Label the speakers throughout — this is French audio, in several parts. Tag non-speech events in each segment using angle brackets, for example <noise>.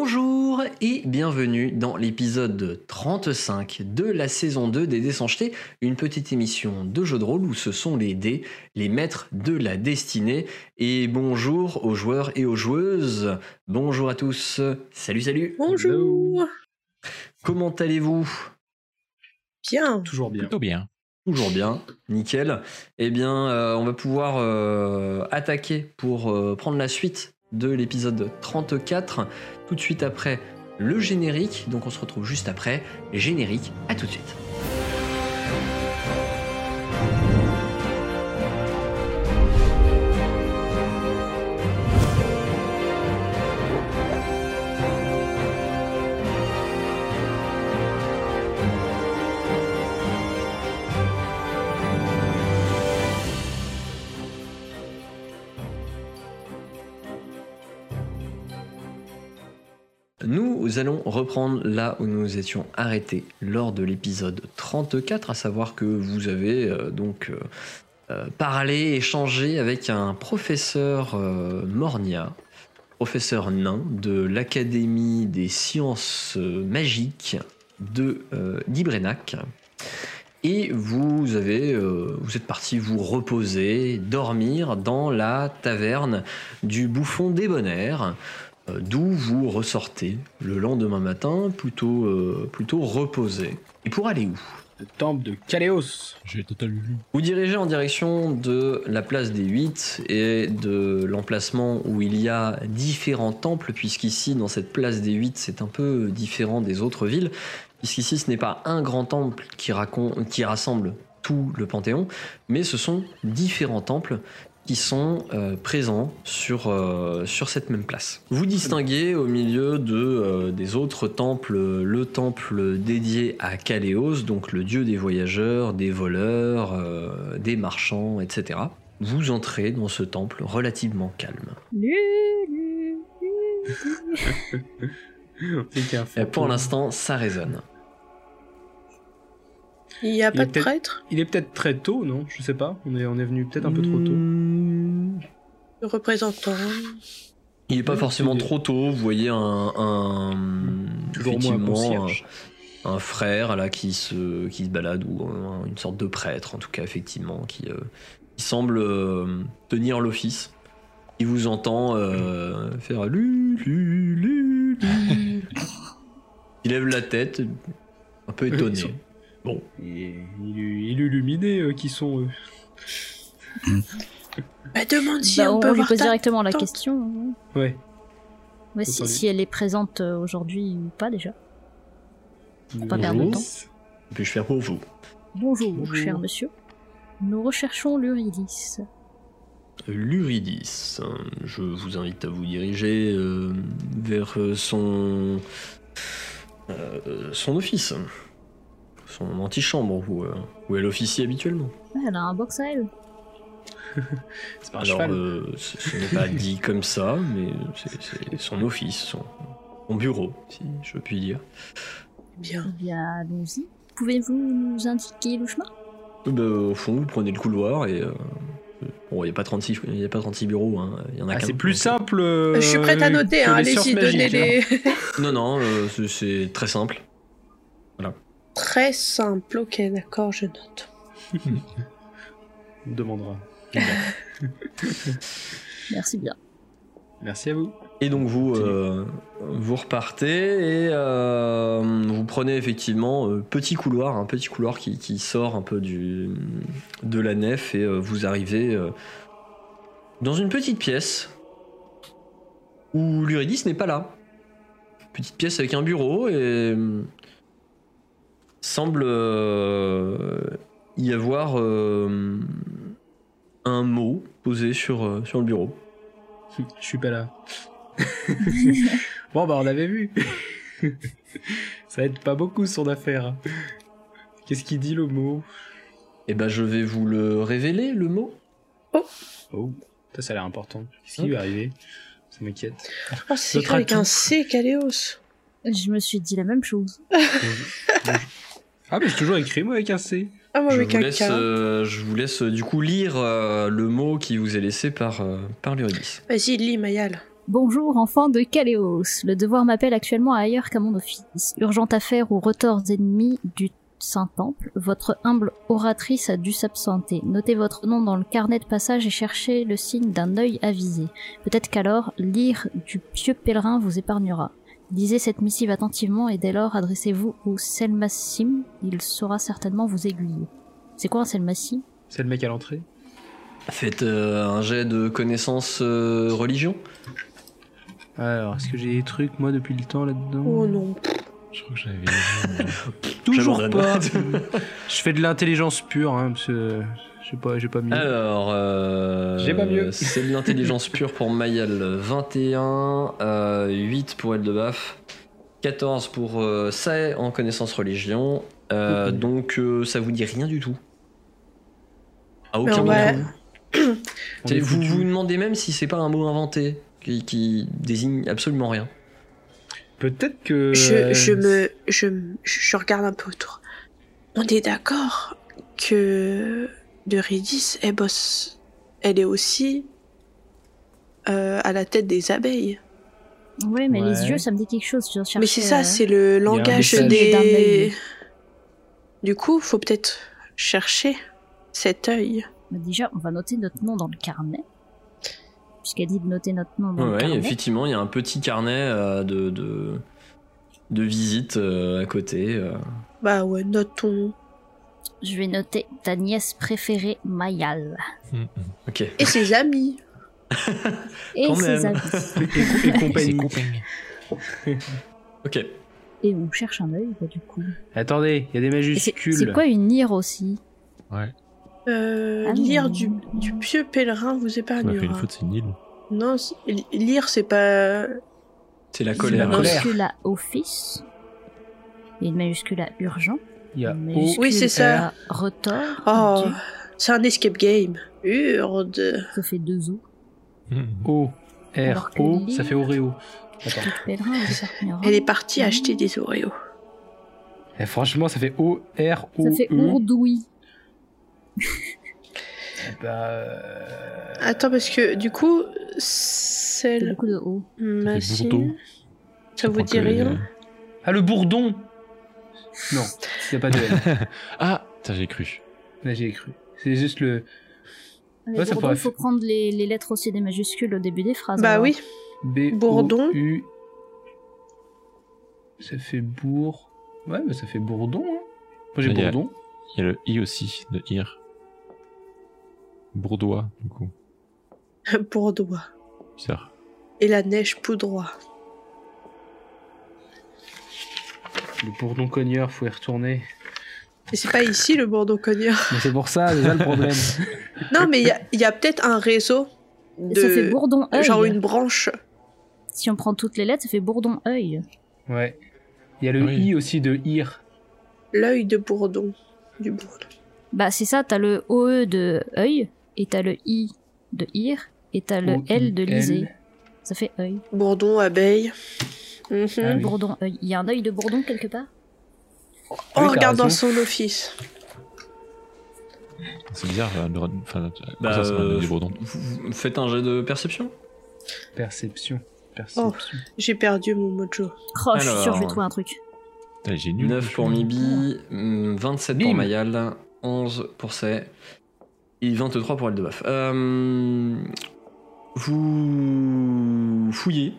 Speaker 1: Bonjour et bienvenue dans l'épisode 35 de la saison 2 des Dés sans jeter, une petite émission de jeu de rôle où ce sont les dés, les maîtres de la destinée. Et bonjour aux joueurs et aux joueuses. Bonjour à tous. Salut, salut.
Speaker 2: Bonjour.
Speaker 1: Comment allez-vous
Speaker 2: Bien.
Speaker 3: Toujours bien.
Speaker 4: Plutôt bien.
Speaker 1: Toujours bien, nickel. Eh bien, euh, on va pouvoir euh, attaquer pour euh, prendre la suite de l'épisode 34, tout de suite après le générique. Donc on se retrouve juste après, générique, à tout de suite. Nous allons reprendre là où nous étions arrêtés lors de l'épisode 34, à savoir que vous avez euh, donc euh, euh, parlé, échangé avec un professeur euh, Mornia, professeur nain de l'Académie des sciences euh, magiques de euh, d'Ibrénac. Et vous avez, euh, vous êtes parti vous reposer, dormir dans la taverne du bouffon débonnaire. Euh, d'où vous ressortez le lendemain matin plutôt, euh, plutôt reposé. Et pour aller où
Speaker 3: Le temple de Kaléos.
Speaker 4: J'ai total lu.
Speaker 1: Vous dirigez en direction de la place des 8 et de l'emplacement où il y a différents temples, puisqu'ici, dans cette place des 8, c'est un peu différent des autres villes, puisqu'ici, ce n'est pas un grand temple qui, racon- qui rassemble tout le Panthéon, mais ce sont différents temples qui sont euh, présents sur, euh, sur cette même place. Vous distinguez au milieu de, euh, des autres temples euh, le temple dédié à Kaléos, donc le dieu des voyageurs, des voleurs, euh, des marchands, etc. Vous entrez dans ce temple relativement calme.
Speaker 2: Lulu.
Speaker 3: Fais gaffe.
Speaker 1: Et pour l'instant, ça résonne.
Speaker 2: Il n'y a
Speaker 3: Il
Speaker 2: pas
Speaker 3: est
Speaker 2: de
Speaker 3: peut-être-
Speaker 2: prêtre
Speaker 3: Il est peut-être très tôt, non Je sais pas. On est, on est venu peut-être un peu trop
Speaker 1: Hmm,
Speaker 3: tôt.
Speaker 1: tôt.
Speaker 2: de représentant.
Speaker 1: Il n'est pas forcément trop tôt, vous voyez un... un
Speaker 3: Toujours moins un
Speaker 1: effectivement,
Speaker 3: concierge.
Speaker 1: un frère là qui se, qui se balade ou un- une sorte de prêtre en tout cas effectivement qui, euh, qui semble euh, tenir l'office. Il vous entend euh, faire lu lu lu lu. Il lève la tête, un peu étonné. euh.
Speaker 3: Et il, il illuminé euh, qui sont. euh,
Speaker 2: Bah, demande si
Speaker 5: Bah,
Speaker 2: on,
Speaker 5: on,
Speaker 2: peut
Speaker 5: lui
Speaker 2: voir
Speaker 5: pose
Speaker 2: ta-
Speaker 5: directement la
Speaker 2: tante.
Speaker 5: question. hein.
Speaker 3: Ouais.
Speaker 5: Ouais,
Speaker 3: Ça
Speaker 5: si,
Speaker 3: sera lui.
Speaker 5: si elle est présente euh, aujourd'hui ou pas déjà. pas
Speaker 3: le-
Speaker 5: perdre de
Speaker 1: Puis-je faire pour vous
Speaker 5: Bonjour,
Speaker 3: Bonjour.
Speaker 5: cher monsieur. Nous recherchons l'Uridis.
Speaker 1: Luridis, hein, je vous invite à vous diriger euh, vers euh, son euh, son office, son antichambre où, euh, où elle officie habituellement.
Speaker 5: Ouais, elle a un box à elle.
Speaker 3: C'est pas un
Speaker 1: Alors,
Speaker 3: cheval.
Speaker 1: euh, ce ce n'est pas dit comme ça, mais c'est- c'est son office, son, son bureau, si je puis dire.
Speaker 2: Bien.
Speaker 5: Eh bien, allons-y. Pouvez-vous nous indiquer le chemin
Speaker 1: Euh, bah, au fond, vous prenez le couloir et. euh, bon, il n'y a, pas 36 il y a pas 36 bureaux, hein, il y en a
Speaker 3: Ah,
Speaker 1: qu'un.
Speaker 3: c'est plus
Speaker 1: Donc,
Speaker 3: simple.
Speaker 2: Euh, Je suis prête à noter, hein, allez-y, donnez les.
Speaker 1: euh, Non, non, euh, c'est- c'est très simple.
Speaker 2: Très simple, ok, d'accord, je note.
Speaker 3: hein. On demandera.
Speaker 5: Merci bien.
Speaker 3: Merci à vous.
Speaker 1: Et donc, vous, euh, vous repartez et euh, vous prenez effectivement euh, petit couloir, un petit couloir qui, qui sort un peu du, de la nef et euh, vous arrivez euh, dans une petite pièce où l'Uridis n'est pas là. Petite pièce avec un bureau et euh, semble euh, y avoir euh, un mot posé sur, euh, sur le bureau.
Speaker 3: Je suis
Speaker 2: <laughs>
Speaker 3: pas là. bon, bah, on avait vu. <laughs> Ça aide pas beaucoup son affaire. Qu'est-ce qu'il dit le mot
Speaker 1: Eh ben, je vais vous le révéler, le mot.
Speaker 3: Oh, ça, ça a l'air important. Qu'est-ce qui lui est arrivé Ça m'inquiète.
Speaker 2: Oh, c'est
Speaker 3: Notre
Speaker 2: écrit avec
Speaker 3: atout.
Speaker 2: un C, Caléos.
Speaker 5: Je me suis dit la même chose.
Speaker 3: <laughs> Ah, mais j'ai toujours écrit, moi, avec un C.
Speaker 2: Ah, moi,
Speaker 1: je,
Speaker 2: avec
Speaker 1: vous
Speaker 2: un
Speaker 1: laisse,
Speaker 2: K.
Speaker 1: euh, je vous laisse euh, du coup lire euh, le mot qui vous est laissé par, euh, par Léonis.
Speaker 2: Vas-y, lis, Mayal.
Speaker 5: Bonjour, enfants de Caléos. Le devoir m'appelle actuellement ailleurs qu'à mon office. Urgente affaire aux retors ennemis du Saint-Temple. Votre humble oratrice a dû s'absenter. Notez votre nom dans le carnet de passage et cherchez le signe d'un œil avisé. Peut-être qu'alors, l'ire du pieux pèlerin vous épargnera. Lisez cette missive attentivement et dès lors adressez-vous au Selmassim. Il saura certainement vous aiguiller. C'est quoi un Selmassim
Speaker 3: C'est le mec à l'entrée.
Speaker 1: Faites euh, un jet de connaissance euh, religion.
Speaker 3: Alors, est-ce que j'ai des trucs, moi, depuis le temps là-dedans
Speaker 2: Oh non.
Speaker 4: Je crois que j'avais.
Speaker 3: euh,
Speaker 5: <laughs>
Speaker 3: Toujours
Speaker 1: J'abandonne.
Speaker 3: pas. <laughs> je fais de l'intelligence pure, hein, parce que j'ai pas, j'ai pas mis.
Speaker 1: Alors, euh,
Speaker 3: Mmh. J'ai pas
Speaker 1: <laughs>
Speaker 3: mieux.
Speaker 1: C'est de l'intelligence pure pour Mayal, 21, euh, 8 pour Eldebaf, 14 pour euh, Sae en connaissance religion. Euh,
Speaker 3: Mhm.
Speaker 1: Donc, euh, ça vous dit rien du tout. À
Speaker 2: Mais
Speaker 1: aucun
Speaker 2: on
Speaker 1: moment.
Speaker 2: va-
Speaker 3: On
Speaker 1: C'est-
Speaker 3: est
Speaker 1: Vous
Speaker 3: foutus.
Speaker 1: vous demandez même si c'est pas un mot inventé qui, qui désigne absolument rien.
Speaker 3: Peut-être que.
Speaker 2: Je, je
Speaker 3: euh,
Speaker 2: me, je, me- je je regarde un peu autour. On est d'accord que de Ridis, elle bosse. Elle est aussi euh, à la tête des abeilles.
Speaker 5: Ouais, mais
Speaker 3: Ouais.
Speaker 5: les yeux, ça me dit quelque chose. je
Speaker 2: Mais
Speaker 5: cherchais,
Speaker 2: c'est
Speaker 5: euh,
Speaker 2: ça, c'est le
Speaker 3: un
Speaker 2: langage
Speaker 3: message.
Speaker 5: D'un
Speaker 2: des.
Speaker 5: œil.
Speaker 2: Du coup, faut peut-être chercher cet œil.
Speaker 5: mais Bah, Déjà, on va noter notre nom dans le carnet. Puisqu'elle dit de noter notre nom dans le
Speaker 1: Ouais,
Speaker 5: carnet.
Speaker 1: effectivement, il y a un petit carnet euh, de, de, de visite euh, à côté. euh.
Speaker 2: Bah ouais, notons.
Speaker 5: Je vais noter ta nièce préférée, Mayal.
Speaker 1: Ok.
Speaker 4: <laughs>
Speaker 2: Et ses amis.
Speaker 5: Et
Speaker 1: Quand
Speaker 5: ses
Speaker 1: même.
Speaker 5: amis.
Speaker 3: Et, et compagnie.
Speaker 1: Ok.
Speaker 5: <laughs> Et on cherche un œil, bah, du coup.
Speaker 3: Attendez, il y a des
Speaker 5: Et C'est
Speaker 3: majuscules.
Speaker 5: c'est quoi une ire aussi
Speaker 2: Euh,
Speaker 5: Ah.
Speaker 2: lire du, du pieux pèlerin vous
Speaker 4: On a fait une
Speaker 2: épargnera.
Speaker 4: faute, c'est une île.
Speaker 2: Non, c'est- li- lire c'est pas.
Speaker 1: C'est la
Speaker 5: Il y a
Speaker 1: colère.
Speaker 5: Une
Speaker 3: colère.
Speaker 5: majuscule à office. Et une majuscule à urgent.
Speaker 3: Il y a
Speaker 5: une
Speaker 3: O.
Speaker 5: majuscule
Speaker 2: Oui, c'est ça.
Speaker 5: à retort.
Speaker 2: Oh,
Speaker 5: Dieu,
Speaker 2: c'est un escape game. Urde.
Speaker 5: Ça fait deux os.
Speaker 1: Hmm.
Speaker 3: O.
Speaker 5: Alors
Speaker 3: R.
Speaker 5: que
Speaker 3: O.
Speaker 5: l'île-
Speaker 3: Ça fait Oreo. Attends.
Speaker 5: Le pèlerin, il s'apprendra.
Speaker 2: Elle est partie
Speaker 5: Mmh.
Speaker 2: acheter des Oreos.
Speaker 3: Eh, franchement, ça fait O. R. O.
Speaker 5: Ça fait
Speaker 3: E.
Speaker 5: ourdoui.
Speaker 3: Eh ben, euh,
Speaker 2: Attends, parce que du coup,
Speaker 5: Il y a
Speaker 2: celle.
Speaker 5: beaucoup de O.
Speaker 4: Ça fait bourdon.
Speaker 2: Massive, ça vous hein.
Speaker 4: Prends
Speaker 2: dit
Speaker 4: que-
Speaker 2: rien
Speaker 3: Ah, le bourdon Non, il n'y a pas <laughs> de L.
Speaker 4: Ah, putain, j'ai cru.
Speaker 3: Là, j'ai cru. C'est juste le.
Speaker 5: Mais
Speaker 3: Ouais, ça
Speaker 5: Bourdon,
Speaker 3: pourrait
Speaker 5: il faut
Speaker 3: faire-
Speaker 5: prendre les, les lettres aussi des majuscules au début des phrases.
Speaker 2: Bah
Speaker 5: alors.
Speaker 2: oui, <laughs>
Speaker 3: B.
Speaker 2: Bourdon.
Speaker 3: U. Ça fait bourg. Ouais, mais ça fait bourdon. hein. Moi, j'ai
Speaker 4: Il y a-
Speaker 3: bourdon.
Speaker 4: Il y a le I aussi, de IR. Bourdois, du coup.
Speaker 2: Bourdois.
Speaker 4: Bizarre.
Speaker 2: Et la neige poudroie.
Speaker 3: Le bourdon cogneur, faut y retourner.
Speaker 2: Et c'est pas ici le Bordeaux cogneur.
Speaker 3: Mais c'est pour ça, déjà, le <laughs> problème.
Speaker 2: Non, mais il y a, il y a peut-être un réseau
Speaker 5: Et Ça fait
Speaker 2: de.
Speaker 5: bourdon œil.
Speaker 2: Genre une branche.
Speaker 5: Si on prend toutes les lettres, ça fait bourdon œil.
Speaker 3: Ouais. Il y a le
Speaker 4: Oui.
Speaker 3: I aussi de ir.
Speaker 2: L'œil de Bourdon. Du Bourdon.
Speaker 5: Bah c'est ça, t'as le OE de œil, et t'as le I de ir, et t'as le
Speaker 3: O, I,
Speaker 5: L de
Speaker 3: L.
Speaker 5: liser. Ça fait œil.
Speaker 2: Bourdon, abeille. Mhm.
Speaker 3: Ah oui.
Speaker 5: Bourdon œil. Il y a un œil de bourdon quelque part
Speaker 3: Oui,
Speaker 2: En
Speaker 3: t'as
Speaker 2: regardant
Speaker 3: raison.
Speaker 2: son office.
Speaker 4: C'est bizarre, euh, le... enfin,
Speaker 1: Bah,
Speaker 4: ça, c'est un
Speaker 1: euh,
Speaker 4: des bourdons.
Speaker 1: Vous- vous Faites un jet de perception.
Speaker 3: Perception. Perception.
Speaker 2: J'ai perdu mon mojo.
Speaker 5: Oh, je suis
Speaker 1: Alors.
Speaker 5: sûre, je vais trouver un truc.
Speaker 4: Putain, j'ai nul.
Speaker 1: 9 pour Mibi, hum, 27 pour
Speaker 3: Bim.
Speaker 1: Mayal, 11 pour Say et 23 pour Eldebaf. Euh, vous fouillez.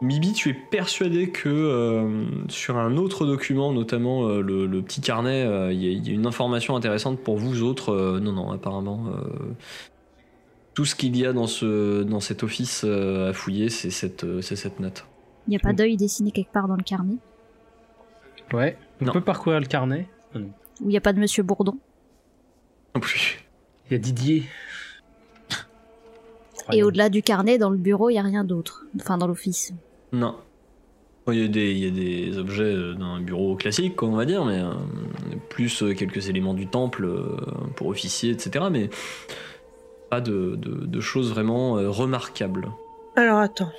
Speaker 1: Mibi, tu es persuadé que euh, sur un autre document, notamment euh, le, le petit carnet, euh, il y, a- il y a une information intéressante pour vous autres. Euh, non, non, apparemment, euh, tout ce qu'il y a dans, ce, dans cet office euh, à fouiller, c'est cette, euh, c'est cette note. <laughs>
Speaker 5: Il n'y a pas d'œil dessiné quelque part dans le carnet
Speaker 3: Oh. Ouais. On
Speaker 1: Non.
Speaker 3: peut parcourir le carnet.
Speaker 5: Ou il n'y a pas de monsieur bourdon
Speaker 1: Non plus.
Speaker 3: Il y a Didier.
Speaker 5: Et au-delà du carnet, dans le bureau, il n'y a rien d'autre. Enfin, dans l'office.
Speaker 1: Non. Bon, Oh, Il y, a des- il y a des objets euh, d'un bureau classique, quoi, on va dire, mais euh, plus euh, quelques éléments du temple euh, pour officier, etc. Mais pas de, de- de choses vraiment euh, remarquables.
Speaker 2: Alors attends.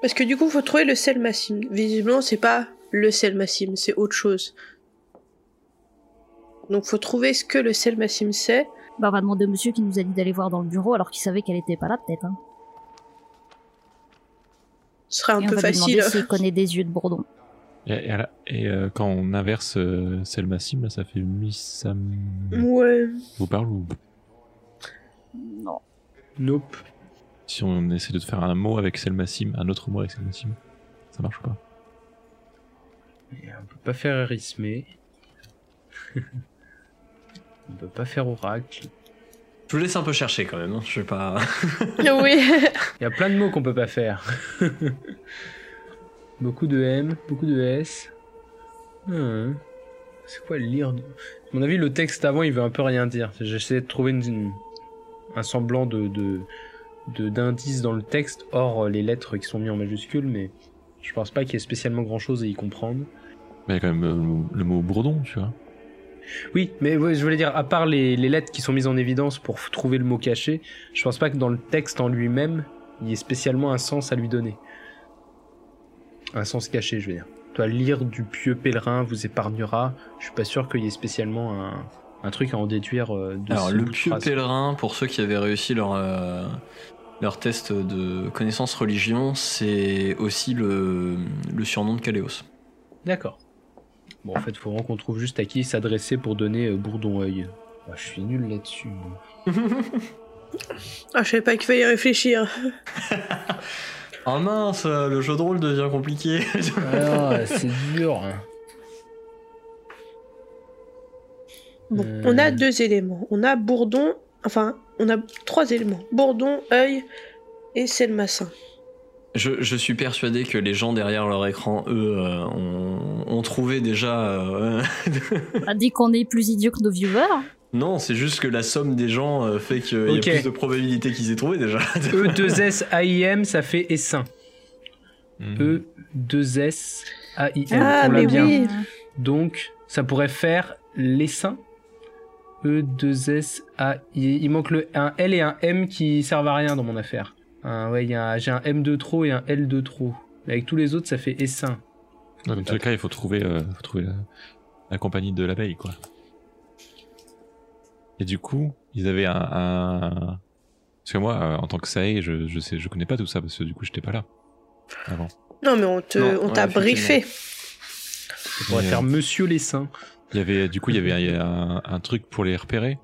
Speaker 2: Parce que du coup, faut trouver le sel massim. Visiblement, c'est pas le sel massim, c'est autre chose. Donc faut trouver ce que le sel massim c'est.
Speaker 5: Bah, on va demander au monsieur qui nous a dit d'aller voir dans le bureau alors qu'il savait qu'elle était pas là, peut-être. hein.
Speaker 2: Ce serait un
Speaker 5: Et on
Speaker 2: peu
Speaker 5: va lui
Speaker 2: facile.
Speaker 5: demander s'il connaît des yeux de bourdon.
Speaker 4: Et, et à la- et, euh, quand on inverse euh, Selma Sim, là, ça fait Missam.
Speaker 5: <laughs>
Speaker 2: Ouais.
Speaker 4: Vous parle ou
Speaker 5: Non.
Speaker 3: Nope.
Speaker 4: si on essaie de te faire un mot avec Selma Sim, un autre mot avec Selma Sim, ça marche ou pas
Speaker 3: Et on peut pas faire Erismé. <laughs> on peut pas faire Oracle.
Speaker 1: Je vous laisse un peu chercher quand même. hein. Je sais pas.
Speaker 2: oui.
Speaker 3: Il y a plein de mots qu'on peut pas faire. <laughs> beaucoup de M, beaucoup de S. Hmm. C'est quoi lire de- À mon avis, le texte avant, il veut un peu rien dire. J'essaie de trouver une- une- un semblant de de- de- d'indice dans le texte, hors euh, les lettres qui sont mises en majuscules, mais je pense pas qu'il y ait spécialement grand chose à y comprendre.
Speaker 4: Mais il y a quand même euh, le mot- le mot bourdon, tu vois.
Speaker 3: Oui, mais ouais, je voulais dire, à part les, les lettres qui sont mises en évidence pour f- trouver le mot caché, je pense pas que dans le texte en lui-même, il y ait spécialement un sens à lui donner. Un sens caché, je veux dire. Toi, lire du pieux pèlerin vous épargnera. Je suis pas sûr qu'il y ait spécialement un, un truc à en déduire euh, de
Speaker 1: Alors
Speaker 3: ces
Speaker 1: le
Speaker 3: bouts de
Speaker 1: pieux
Speaker 3: phrase.
Speaker 1: pèlerin, pour ceux qui avaient réussi leur euh, leur test de connaissance religion, c'est aussi le le surnom de Caléos.
Speaker 3: D'accord. Bon, en fait, faut vraiment qu'on trouve juste à qui s'adresser pour donner euh, bourdon œil. Ah, je suis nul là-dessus. moi.
Speaker 2: Ah, je savais pas qu'il fallait y réfléchir.
Speaker 1: Oh mince, le jeu de rôle devient compliqué. <laughs>
Speaker 3: Ah, c'est dur. hein.
Speaker 2: Bon,
Speaker 3: Euh.
Speaker 2: on a deux éléments. On a Bourdon, enfin, on a trois éléments. Bourdon, œil et Selmassin.
Speaker 1: Je, je suis persuadé que les gens derrière leur écran, eux, euh, ont, ont trouvé déjà. euh, <laughs>
Speaker 5: On dit qu'on est plus idiot que nos viewers.
Speaker 1: non, c'est juste que la somme des gens euh, fait qu'il
Speaker 3: Ok.
Speaker 1: y a plus de probabilité qu'ils aient trouvé déjà. <laughs>
Speaker 3: E E2S-AIM, ça fait S1.
Speaker 1: E,
Speaker 4: Mmh.
Speaker 3: E2S-AIM.
Speaker 2: Ah,
Speaker 3: on l'a
Speaker 2: mais
Speaker 3: bien.
Speaker 2: oui.
Speaker 3: Donc, ça pourrait faire l'essaim. E2S A. Il il manque le, un L et un M qui servent à rien dans mon affaire. Un- ouais, il y a un- j'ai un M de trop et un L de trop. Mais avec tous les autres, ça fait essaim.
Speaker 4: Ouais, dans tous les cas, il faut trouver, euh, faut trouver la, la compagnie de l'abeille, quoi. Et du coup, ils avaient un. un- Parce que moi, euh, en tant que Sae, je, je sais, je connais pas tout ça parce que du coup, j'étais pas là avant.
Speaker 2: Non, mais on te-
Speaker 1: Non,
Speaker 2: on
Speaker 1: ouais,
Speaker 2: t'a
Speaker 1: effectivement.
Speaker 2: briefé.
Speaker 3: On pourrait
Speaker 4: Mais,
Speaker 3: faire
Speaker 4: euh,
Speaker 3: Monsieur l'essaim.
Speaker 4: Il y avait, du coup, il y avait un- il y a un, un truc pour les repérer.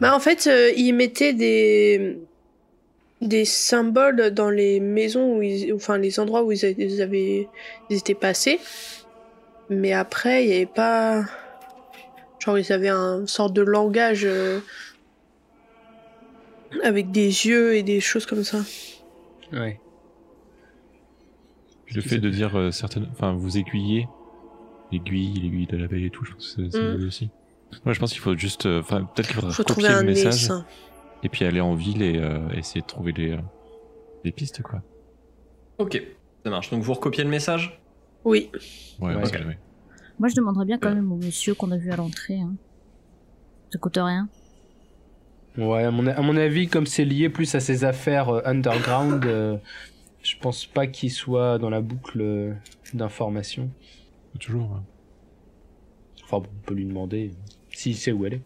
Speaker 2: Bah, en fait, euh, ils mettaient des des symboles dans les maisons où ils, enfin les endroits où ils, a- ils avaient ils étaient passés mais après il n'y avait pas genre ils avaient un sorte de langage euh, avec des yeux et des choses comme ça
Speaker 3: Ouais.
Speaker 4: Puis le fait de dire euh, certaines, enfin, vous aiguiller, l'aiguille, l'aiguille de l'abeille et tout, je pense que c'est- c'est
Speaker 2: Mm.
Speaker 4: mieux aussi. Moi, je pense qu'il faut juste, euh, enfin, peut-être qu'il faudra
Speaker 2: faut
Speaker 4: copier
Speaker 2: trouver
Speaker 4: le
Speaker 2: un
Speaker 4: message
Speaker 2: dessin
Speaker 4: et puis aller en ville et euh, essayer de trouver des, euh, des pistes, quoi.
Speaker 1: ok, ça marche. Donc vous recopiez le message
Speaker 2: oui
Speaker 4: Ouais,
Speaker 3: Ouais.
Speaker 4: on sait jamais.
Speaker 5: Moi, je demanderais bien quand même au monsieur qu'on a vu à l'entrée. hein. Ça coûte rien.
Speaker 3: Ouais, à mon, à mon avis, comme c'est lié plus à ses affaires euh, underground, euh, je pense pas qu'il soit dans la boucle euh, d'informations.
Speaker 4: Toujours. hein.
Speaker 3: Enfin, bon, on peut lui demander euh, s'il sait où elle est.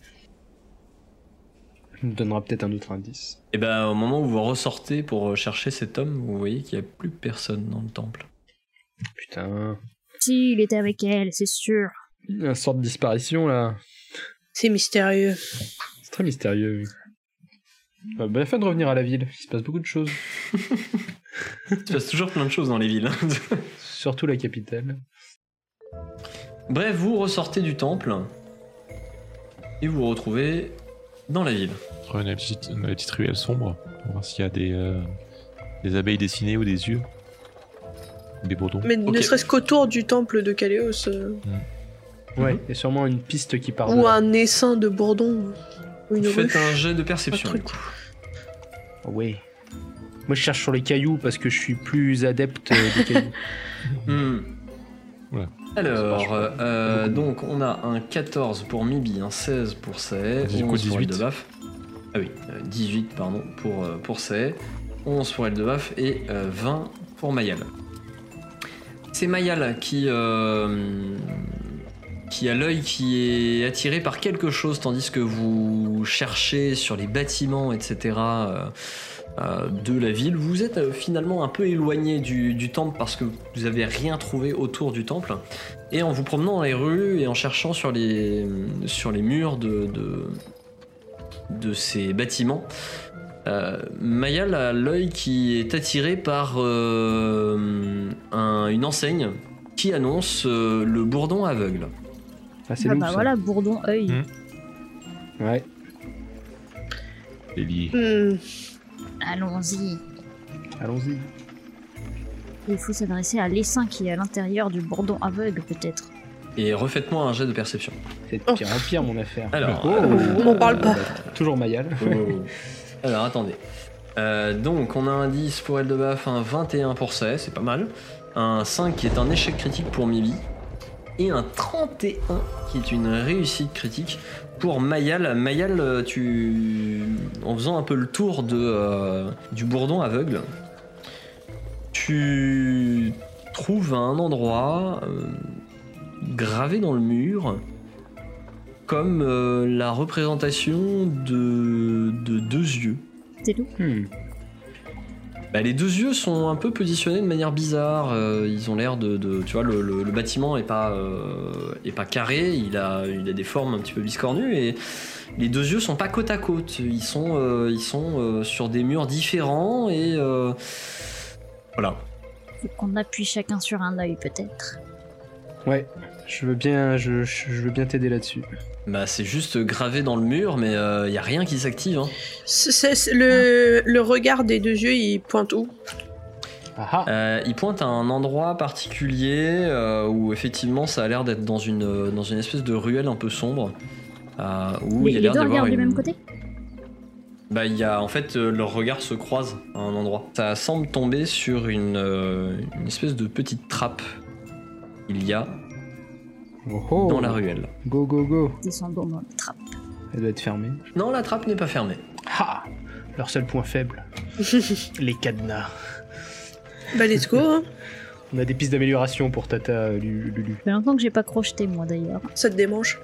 Speaker 3: Il nous donnera peut-être un autre indice.
Speaker 1: Et ben au moment où vous ressortez pour euh, chercher cet homme, vous voyez qu'il n'y a plus personne dans le temple.
Speaker 3: Putain.
Speaker 5: Si, il était avec elle, c'est sûr.
Speaker 3: Un sort de disparition là.
Speaker 2: c'est mystérieux
Speaker 3: C'est très mystérieux. oui. Ah, Bah, la fin de revenir à la ville. Il se passe beaucoup de choses.
Speaker 1: <laughs> Il se passe toujours plein de choses dans les villes. hein. <laughs>
Speaker 3: Surtout la capitale.
Speaker 1: Bref, vous ressortez du temple et vous vous retrouvez dans la ville.
Speaker 4: Revenez dans les petites, dans les petites ruelles sombres, pour voir s'il y a des, euh, des abeilles dessinées ou des yeux. Ou Des bourdons.
Speaker 2: mais
Speaker 1: Ok.
Speaker 2: ne serait-ce qu'autour du temple de Caléos euh,
Speaker 3: Ouais, il y a sûrement une piste qui part de
Speaker 2: ou
Speaker 3: là.
Speaker 2: un essaim de Bourdon ou une
Speaker 1: Faites
Speaker 2: ruche
Speaker 1: un jet de
Speaker 2: un
Speaker 1: perception.
Speaker 2: truc.
Speaker 1: du coup.
Speaker 3: Ouais. Moi, je cherche sur les cailloux parce que je suis plus adepte euh, des cailloux.
Speaker 1: Hmm.
Speaker 4: Voilà.
Speaker 1: Alors,
Speaker 3: Ça marche pas.
Speaker 1: euh,
Speaker 3: Beaucoup.
Speaker 1: donc on a un 14 pour Mibi, un 16 pour Sae,
Speaker 4: Du coup,
Speaker 1: 11 pour
Speaker 4: 18.
Speaker 1: Eldebaf. Ah oui, euh, 18 pardon pour, euh, pour Sae, 11 pour Eldebaf et euh, 20 pour Mayal. C'est Mayal qui, euh, qui a l'œil qui est attiré par quelque chose tandis que vous cherchez sur les bâtiments, etc. euh, euh, de la ville. Vous êtes euh, finalement un peu éloigné du, du temple parce que vous n'avez rien trouvé autour du temple. Et en vous promenant dans les rues et en cherchant sur les, sur les murs de, de, de ces bâtiments, euh, Mayal a l'œil qui est attiré par euh, un- une enseigne qui annonce euh, le bourdon aveugle.
Speaker 3: <laughs> Ah, c'est
Speaker 5: Ah
Speaker 3: loup,
Speaker 5: bah
Speaker 3: ça.
Speaker 5: voilà, bourdon œil.
Speaker 1: Mm.
Speaker 4: Hmm.
Speaker 3: Ouais.
Speaker 4: Les liés.
Speaker 2: Hmm,
Speaker 5: Allons-y.
Speaker 3: Allons-y.
Speaker 5: Il faut s'adresser à l'essaim qui est à l'intérieur du bourdon aveugle, peut-être.
Speaker 1: Et refaites-moi un jet de perception.
Speaker 3: C'est de
Speaker 2: Oh.
Speaker 3: pire en pire, mon affaire.
Speaker 1: Alors,
Speaker 3: Oh.
Speaker 2: on m'en parle pas.
Speaker 3: Bah, toujours Mayal.
Speaker 1: Alors attendez. Euh, donc on a un 10 pour Eldebaf, un 21 pour Say, c'est pas mal. Un 5 qui est un échec critique pour Mibi. Et un 31 qui est une réussite critique pour Mayal. Mayal, euh, tu... en faisant un peu le tour de, euh, du bourdon aveugle, tu trouves un endroit euh, gravé dans le mur comme euh, la représentation de, de deux yeux.
Speaker 5: C'est tout.
Speaker 3: Hmm.
Speaker 1: Bah, les deux yeux sont un peu positionnés de manière bizarre. euh, ils ont l'air de, de- Tu vois, le, le- le bâtiment est pas, euh, est pas carré, il a, il a des formes un petit peu biscornues et les deux yeux sont pas côte à côte. Ils sont, euh, ils sont euh, sur des murs différents et. euh, voilà.
Speaker 5: Faut qu'on appuie chacun sur un œil, peut-être.
Speaker 3: Ouais. Je veux bien, je, je je veux bien t'aider là-dessus.
Speaker 1: Bah, c'est juste gravé dans le mur, mais il y a rien qui s'active. hein.
Speaker 2: c'est- c'est- c'est- le, le regard des deux yeux, il pointe où
Speaker 3: Ah ah.
Speaker 1: Euh, il pointe à un endroit particulier euh, où effectivement ça a l'air d'être dans une, euh, dans une espèce de ruelle un peu sombre. euh, où
Speaker 5: les
Speaker 1: il a
Speaker 5: les
Speaker 1: l'air
Speaker 5: deux
Speaker 1: d'avoir
Speaker 5: regardent du
Speaker 1: une-
Speaker 5: même côté
Speaker 1: Bah, il y a, en fait, euh, leurs regards se croisent à un endroit. Ça semble tomber sur une, euh, une espèce de petite trappe qu'il y a
Speaker 3: Oh, oh.
Speaker 1: dans la ruelle.
Speaker 3: Go go go.
Speaker 5: Descendons dans le trappe.
Speaker 3: Elle doit être fermée.
Speaker 1: Non, la trappe n'est pas fermée.
Speaker 3: Ah Leur seul point <laughs> faible. les cadenas.
Speaker 2: Bah, let's go. hein.
Speaker 3: On a des pistes d'amélioration pour Tata euh, Lu- Lulu.
Speaker 5: Ça fait longtemps que j'ai pas crocheté, moi, d'ailleurs.
Speaker 2: Ça te démange.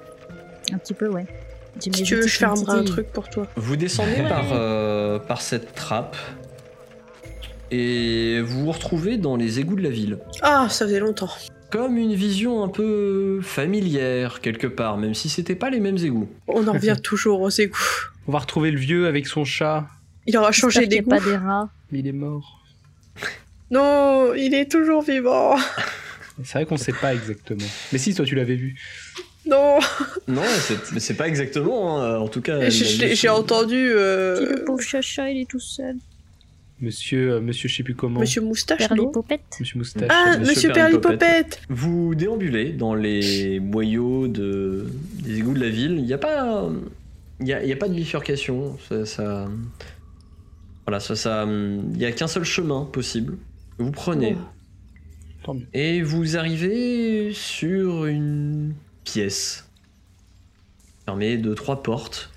Speaker 5: Un petit peu, ouais. J'ai
Speaker 2: Si
Speaker 5: mes
Speaker 2: tu veux,
Speaker 5: outils
Speaker 2: je
Speaker 5: qui me
Speaker 2: fermerai un
Speaker 5: titillent.
Speaker 2: truc pour toi.
Speaker 1: Vous descendez
Speaker 5: Ouais. <laughs>
Speaker 1: par, euh, par cette trappe et vous vous retrouvez dans les égouts de la ville.
Speaker 2: Ah, ça faisait longtemps.
Speaker 1: comme une vision un peu familière quelque part, même si c'était pas les mêmes égouts.
Speaker 2: On en
Speaker 5: <laughs>
Speaker 2: revient toujours aux égouts.
Speaker 3: On va retrouver le vieux avec son chat.
Speaker 2: Il aura
Speaker 5: J'espère
Speaker 2: changé
Speaker 5: qu'il y a
Speaker 2: d'égout.
Speaker 5: pas des rats.
Speaker 3: Mais il est mort.
Speaker 2: Non, il est toujours vivant.
Speaker 3: C'est vrai qu'on sait pas exactement. Mais si, toi tu l'avais vu.
Speaker 2: Non,
Speaker 1: Non, c'est- mais c'est pas exactement, hein, en tout cas.
Speaker 2: Je-
Speaker 1: la-
Speaker 2: je l'ai-
Speaker 1: la-
Speaker 2: j'ai entendu euh,
Speaker 5: Petit le pauvre chacha, il est tout seul.
Speaker 3: Monsieur, euh, monsieur je sais plus comment.
Speaker 2: Monsieur Moustache,
Speaker 5: Faire les
Speaker 2: non
Speaker 5: popettes.
Speaker 3: Monsieur Moustache.
Speaker 2: Ah,
Speaker 1: Monsieur
Speaker 2: Monsieur
Speaker 1: Perlipopette.
Speaker 2: Perlipopette
Speaker 1: Vous déambulez dans les moyaux de, des égouts de la ville. Il n'y a pas, il y a, il y a pas de bifurcation. Ça, ça- voilà, ça, ça, hum, il y a qu'un seul chemin possible. Vous prenez
Speaker 3: Oh. Tant mieux.
Speaker 1: et vous arrivez sur une pièce fermée de trois portes,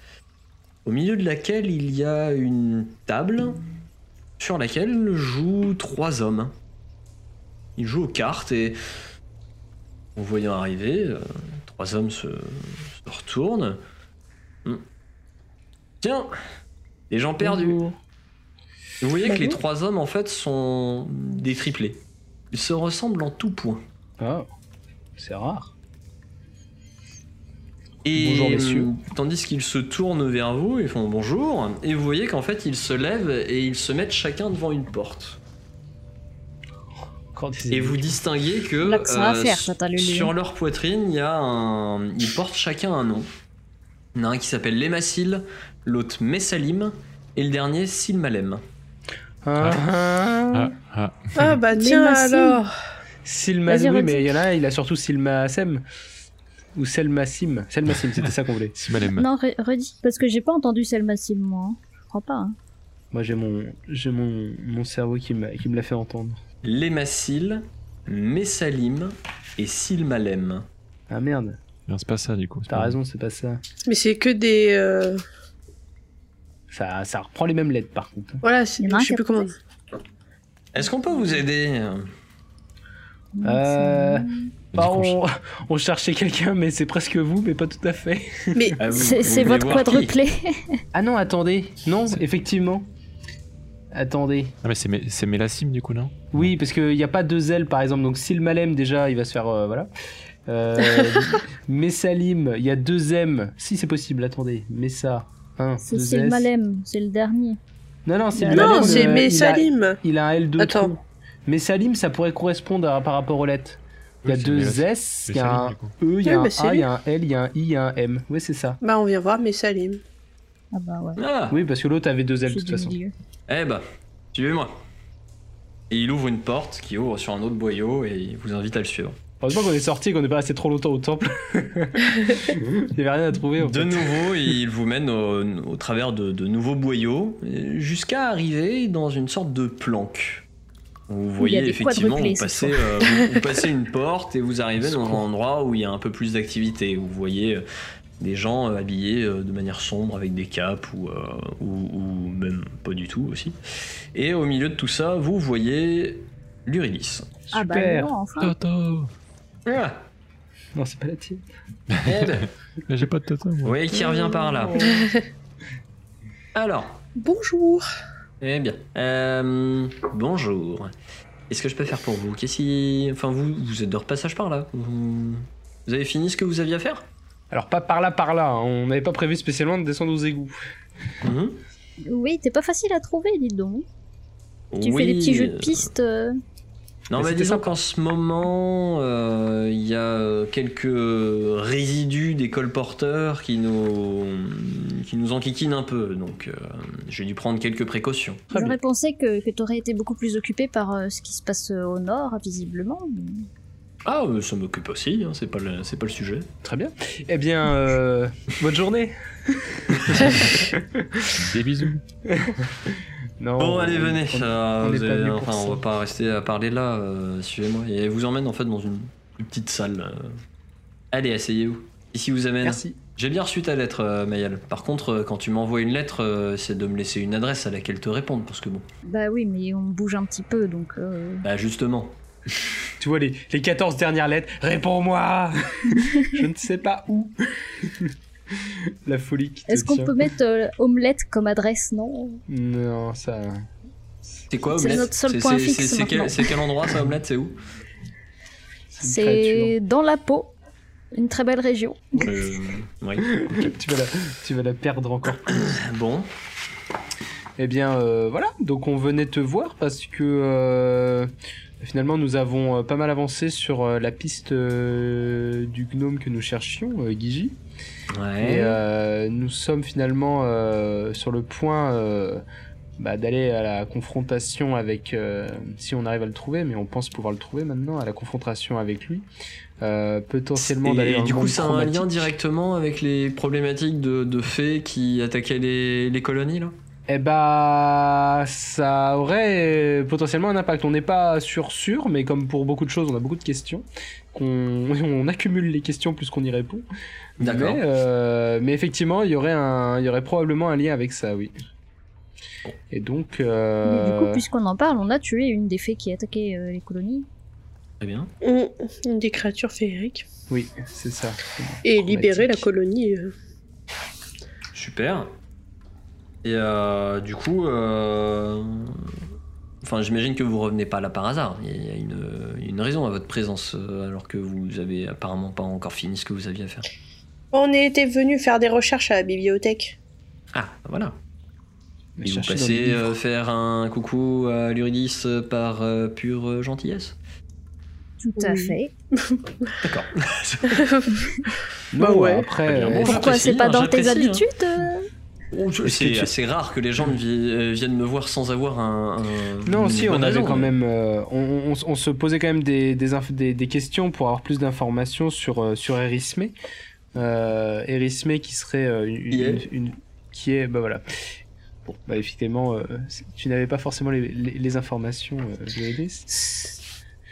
Speaker 1: au milieu de laquelle il y a une table sur laquelle jouent trois hommes. Ils jouent aux cartes et en vous voyant arriver, euh, trois hommes se, se retournent. Hmm. Tiens, des gens perdus. Vous voyez que les trois hommes en fait sont des triplés. Ils se ressemblent en tout point.
Speaker 3: Ah, c'est rare.
Speaker 1: Et
Speaker 3: Bonjour, messieurs.
Speaker 1: euh, Tandis qu'ils se tournent vers vous et font bonjour, et vous voyez qu'en fait ils se lèvent et ils se mettent chacun devant une porte.
Speaker 3: Encore des
Speaker 1: Et vous distinguez que
Speaker 5: Là que ça va faire,
Speaker 1: sur-
Speaker 5: ça, t'as lu, lui.
Speaker 1: sur leur poitrine, il y a un... ils portent chacun un nom. Il y en a un qui s'appelle Lemacil, l'autre Messalim, et le dernier Silmalem.
Speaker 3: Ah, ah.
Speaker 4: Ah, ah.
Speaker 2: Ah bah
Speaker 5: <laughs> Mais
Speaker 2: tiens
Speaker 5: Massine.
Speaker 2: alors
Speaker 3: Silma,
Speaker 5: Vas-y,
Speaker 3: oui,
Speaker 5: redis.
Speaker 3: mais il y en a un, il a surtout Silma Sem. Ou Selma Sim. Selma Sim, c'était ça qu'on voulait.
Speaker 4: Simalem.
Speaker 5: Non, re- redis. Parce que j'ai pas entendu Selma Sim, moi. hein. Je crois pas. hein.
Speaker 3: Moi j'ai mon, j'ai mon, mon cerveau qui, m'a- qui me l'a fait entendre.
Speaker 1: Lemacil, Messalim et Silmalem.
Speaker 3: Ah merde,
Speaker 4: Non, c'est pas ça du coup. c'est
Speaker 3: t'as
Speaker 4: pas-
Speaker 3: raison, c'est pas ça.
Speaker 2: Mais c'est que des... euh,
Speaker 3: ça. Ça reprend les mêmes lettres par contre. hein.
Speaker 2: Voilà, c'est-
Speaker 5: Il y en a un
Speaker 2: je sais
Speaker 5: qui
Speaker 2: plus
Speaker 5: a
Speaker 2: comment...
Speaker 5: peut-être-
Speaker 1: Est-ce qu'on peut vous aider
Speaker 3: Euh,
Speaker 4: On dit
Speaker 3: Bah,
Speaker 4: qu'on ch-
Speaker 3: on, <laughs> on cherchait quelqu'un, mais c'est presque vous, mais pas tout à fait. <laughs>
Speaker 2: Mais
Speaker 1: Ah, vous-
Speaker 5: C'est
Speaker 1: vous
Speaker 5: c'est
Speaker 1: voulez
Speaker 5: votre
Speaker 1: voir qui
Speaker 5: quadruplé.
Speaker 3: Ah non, attendez, non, effectivement. Attendez.
Speaker 4: Ah, mais c'est Mé- c'est Mélassime du coup, non
Speaker 3: Oui, parce qu'il n'y a pas deux ailes par exemple. Donc Silmalem, déjà, il va se faire. euh, voilà. Euh, <laughs> Messalim, il y a deux M. Si c'est possible, attendez. Messa. 1,
Speaker 5: C'est
Speaker 3: 2 S.
Speaker 5: c'est le malem, c'est le dernier.
Speaker 3: Non, non, Silmalem.
Speaker 2: Non, c'est
Speaker 3: euh,
Speaker 2: Messalim.
Speaker 3: Il a, il a un L2.
Speaker 2: Attends.
Speaker 3: trou. Messalim, ça pourrait correspondre à- par rapport aux lettres. Il y a
Speaker 4: Oui, c'est
Speaker 3: deux
Speaker 4: Mélassime.
Speaker 3: S, il y a
Speaker 4: Mélassime,
Speaker 3: un
Speaker 4: du coup.
Speaker 3: E, il y a
Speaker 2: Oui,
Speaker 3: un
Speaker 2: bah, c'est
Speaker 3: A, il
Speaker 2: lui.
Speaker 3: y a un L, il y a un I, il y a un M. Oui, c'est ça.
Speaker 2: Bah, on vient voir Messalim.
Speaker 5: Ah bah ouais.
Speaker 1: Ah
Speaker 3: Oui, parce que l'autre avait deux
Speaker 5: je
Speaker 3: ailes de
Speaker 5: suis
Speaker 3: toute
Speaker 5: du
Speaker 3: façon.
Speaker 5: milieu.
Speaker 1: Eh bah, suivez-moi. Et il ouvre une porte qui ouvre sur un autre boyau et il vous invite à le suivre.
Speaker 3: Heureusement qu'on est sorti et qu'on n'est pas resté trop longtemps
Speaker 2: <laughs>
Speaker 3: au temple. il n'y avait rien à trouver. en
Speaker 1: De
Speaker 3: fait. <laughs>
Speaker 1: nouveau, il vous mène au, au travers de, de nouveaux boyaux euh, jusqu'à arriver dans une sorte de planque. Vous voyez
Speaker 5: des
Speaker 1: effectivement,
Speaker 5: quadruplés
Speaker 1: vous
Speaker 5: ce
Speaker 1: passez,
Speaker 5: soir.
Speaker 1: euh, vous, vous passez une porte et vous arrivez dans un
Speaker 3: Secours.
Speaker 1: endroit où il y a un peu plus d'activité. Vous voyez euh, des gens euh, habillés euh, de manière sombre avec des capes ou, euh, ou- ou même pas du tout aussi. Et au milieu de tout ça, vous voyez l'Uridis.
Speaker 5: Ah bah
Speaker 3: Super.
Speaker 5: non, enfin.
Speaker 4: Toto
Speaker 1: <laughs> Ah,
Speaker 3: Non, c'est pas la tienne.
Speaker 1: eh ben,
Speaker 4: Mais j'ai pas de Toto,
Speaker 1: vous
Speaker 4: moi.
Speaker 1: voyez qui revient par là.
Speaker 5: Oh.
Speaker 1: Alors,
Speaker 2: Bonjour.
Speaker 1: Eh bien, euh, bonjour. Est-ce que je peux faire pour vous Qu'est-ce qui... Enfin, vous, vous êtes de repassage par là. Vous... vous avez fini ce que vous aviez à faire
Speaker 3: <laughs> Alors, pas par là, par là. hein. On n'avait pas prévu spécialement de descendre aux égouts.
Speaker 1: Mhm.
Speaker 5: Oui, t'es pas facile à trouver, dis donc. Tu
Speaker 1: Oui,
Speaker 5: fais des petits jeux de
Speaker 1: euh,
Speaker 5: piste. euh,
Speaker 1: Non,
Speaker 3: Mais
Speaker 1: mais
Speaker 3: c'était
Speaker 1: disons
Speaker 3: sympa.
Speaker 1: qu'en ce moment, euh, il y a euh, quelques résidus des colporteurs qui nous, qui nous enquiquinent un peu. Donc, euh, j'ai dû prendre quelques précautions.
Speaker 3: Très bien.
Speaker 5: J'aurais pensé que, que t'aurais été beaucoup plus occupé par euh, ce qui se passe euh, au nord, visiblement. mais-
Speaker 1: Ah, euh, ça m'occupe aussi, hein, c'est pas, le- c'est pas le sujet.
Speaker 3: Très bien. Eh bien, euh, bonne journée.
Speaker 4: Des bisous.
Speaker 3: Non,
Speaker 1: Bon, allez,
Speaker 3: on-
Speaker 1: venez.
Speaker 3: on-
Speaker 1: euh,
Speaker 3: on
Speaker 1: vous
Speaker 3: est pas
Speaker 1: avez-
Speaker 3: venu pour
Speaker 1: enfin,
Speaker 3: ça.
Speaker 1: on va pas rester à parler là. euh, Suivez-moi. Et elle vous emmène en fait dans une plus petite salle. euh. Allez, asseyez-vous. Ici vous amène.
Speaker 3: Merci.
Speaker 1: J'ai bien reçu ta lettre, euh, Mayal. Par contre, euh, quand tu m'envoies une lettre, euh, c'est de me laisser une adresse à laquelle te répondre, parce que bon,
Speaker 5: Bah oui, mais on bouge un petit peu, donc. euh,
Speaker 1: bah justement.
Speaker 3: Tu vois les, les 14 dernières lettres.
Speaker 5: <laughs>
Speaker 3: Réponds-moi. Je ne sais pas où. la folie qui te
Speaker 5: Est-ce qu'on
Speaker 3: tient.
Speaker 5: peut mettre euh, omelette comme adresse, non
Speaker 3: Non, ça.
Speaker 1: C'est quoi,
Speaker 5: C'est
Speaker 1: Omelette
Speaker 5: notre seul
Speaker 1: C'est-
Speaker 5: point
Speaker 1: c'est-
Speaker 5: fixe
Speaker 1: c'est- C'est
Speaker 5: maintenant.
Speaker 1: quel, c'est quel endroit ça, Omelette C'est où
Speaker 3: c'est une
Speaker 5: C'est dans la peau, une très belle région.
Speaker 1: Euh, oui.
Speaker 3: créature. Tu vas, la, tu vas la perdre encore
Speaker 1: <laughs> Bon.
Speaker 3: Eh bien, euh, voilà. Donc, on venait te voir parce que euh, finalement, nous avons euh, pas mal avancé sur euh, la piste euh, du gnome que nous cherchions, euh, Guigi. Et
Speaker 1: Ouais.
Speaker 3: euh, nous sommes finalement euh, sur le point euh, bah, d'aller à la confrontation avec, euh, si on arrive à le trouver, mais on pense pouvoir le trouver maintenant, à la confrontation avec lui. Euh, potentiellement d'aller
Speaker 1: Et
Speaker 3: dans
Speaker 1: du
Speaker 3: le
Speaker 1: coup,
Speaker 3: monde
Speaker 1: ça a un lien
Speaker 3: chromatique.
Speaker 1: directement avec les problématiques de, de fées qui attaquaient les, les colonies, là
Speaker 3: Eh bah, ça aurait euh, potentiellement un impact. On n'est pas sûr sûr, mais comme pour beaucoup de choses, on a beaucoup de questions. Qu'on <laughs> on accumule les questions plus qu'on y répond.
Speaker 1: D'accord.
Speaker 3: Mais, euh, mais effectivement, il y aurait un, il y aurait probablement un lien avec ça, oui. Et donc,
Speaker 5: Mais du coup,
Speaker 3: euh,
Speaker 5: puisqu'on en parle, on a tué une des fées qui attaquait euh, les colonies.
Speaker 1: Très bien.
Speaker 2: On- Une des créatures féeriques.
Speaker 3: oui, c'est ça.
Speaker 2: Et
Speaker 3: Chromatique.
Speaker 2: libérer la colonie. euh.
Speaker 1: Super. Et euh, du coup, euh, enfin, j'imagine que vous revenez pas là par hasard. Il y a- il y a une, une raison à votre présence, euh, alors que vous avez apparemment pas encore fini ce que vous aviez à faire.
Speaker 2: On était venu faire des recherches à la bibliothèque.
Speaker 1: Ah, voilà. Et vous
Speaker 3: Chercher dans
Speaker 1: passez
Speaker 3: les livres.
Speaker 1: euh, faire un coucou à l'Uridis euh, par euh, pure euh, gentillesse.
Speaker 5: Tout à
Speaker 2: Oui.
Speaker 5: fait.
Speaker 1: D'accord.
Speaker 3: Non,
Speaker 2: bah ouais.
Speaker 3: Après,
Speaker 1: Très hein. bien.
Speaker 3: euh,
Speaker 1: Bon,
Speaker 5: Pourquoi
Speaker 1: j'apprécie,
Speaker 5: c'est pas
Speaker 1: hein,
Speaker 5: dans tes
Speaker 1: j'apprécie, hein.
Speaker 5: habitudes
Speaker 1: <laughs>
Speaker 5: euh
Speaker 3: Oh,
Speaker 1: C'est
Speaker 3: tu-
Speaker 1: assez rare que les gens ne vi- euh, viennent me voir sans avoir un. un-
Speaker 3: Non,
Speaker 1: une
Speaker 3: si, on
Speaker 1: bonne
Speaker 3: avait
Speaker 1: raison,
Speaker 3: quand
Speaker 1: mais-
Speaker 3: même. euh, on, on- on s- on se posait quand même des, des, inf- des- des questions pour avoir plus d'informations sur, euh, sur Erismé. Euh, Erismé qui serait euh, une,
Speaker 1: Qui est
Speaker 3: une- une- Qui est. Bah voilà. Bon, bah effectivement, euh, c'est- tu n'avais pas forcément les, les, les informations euh, de Eris.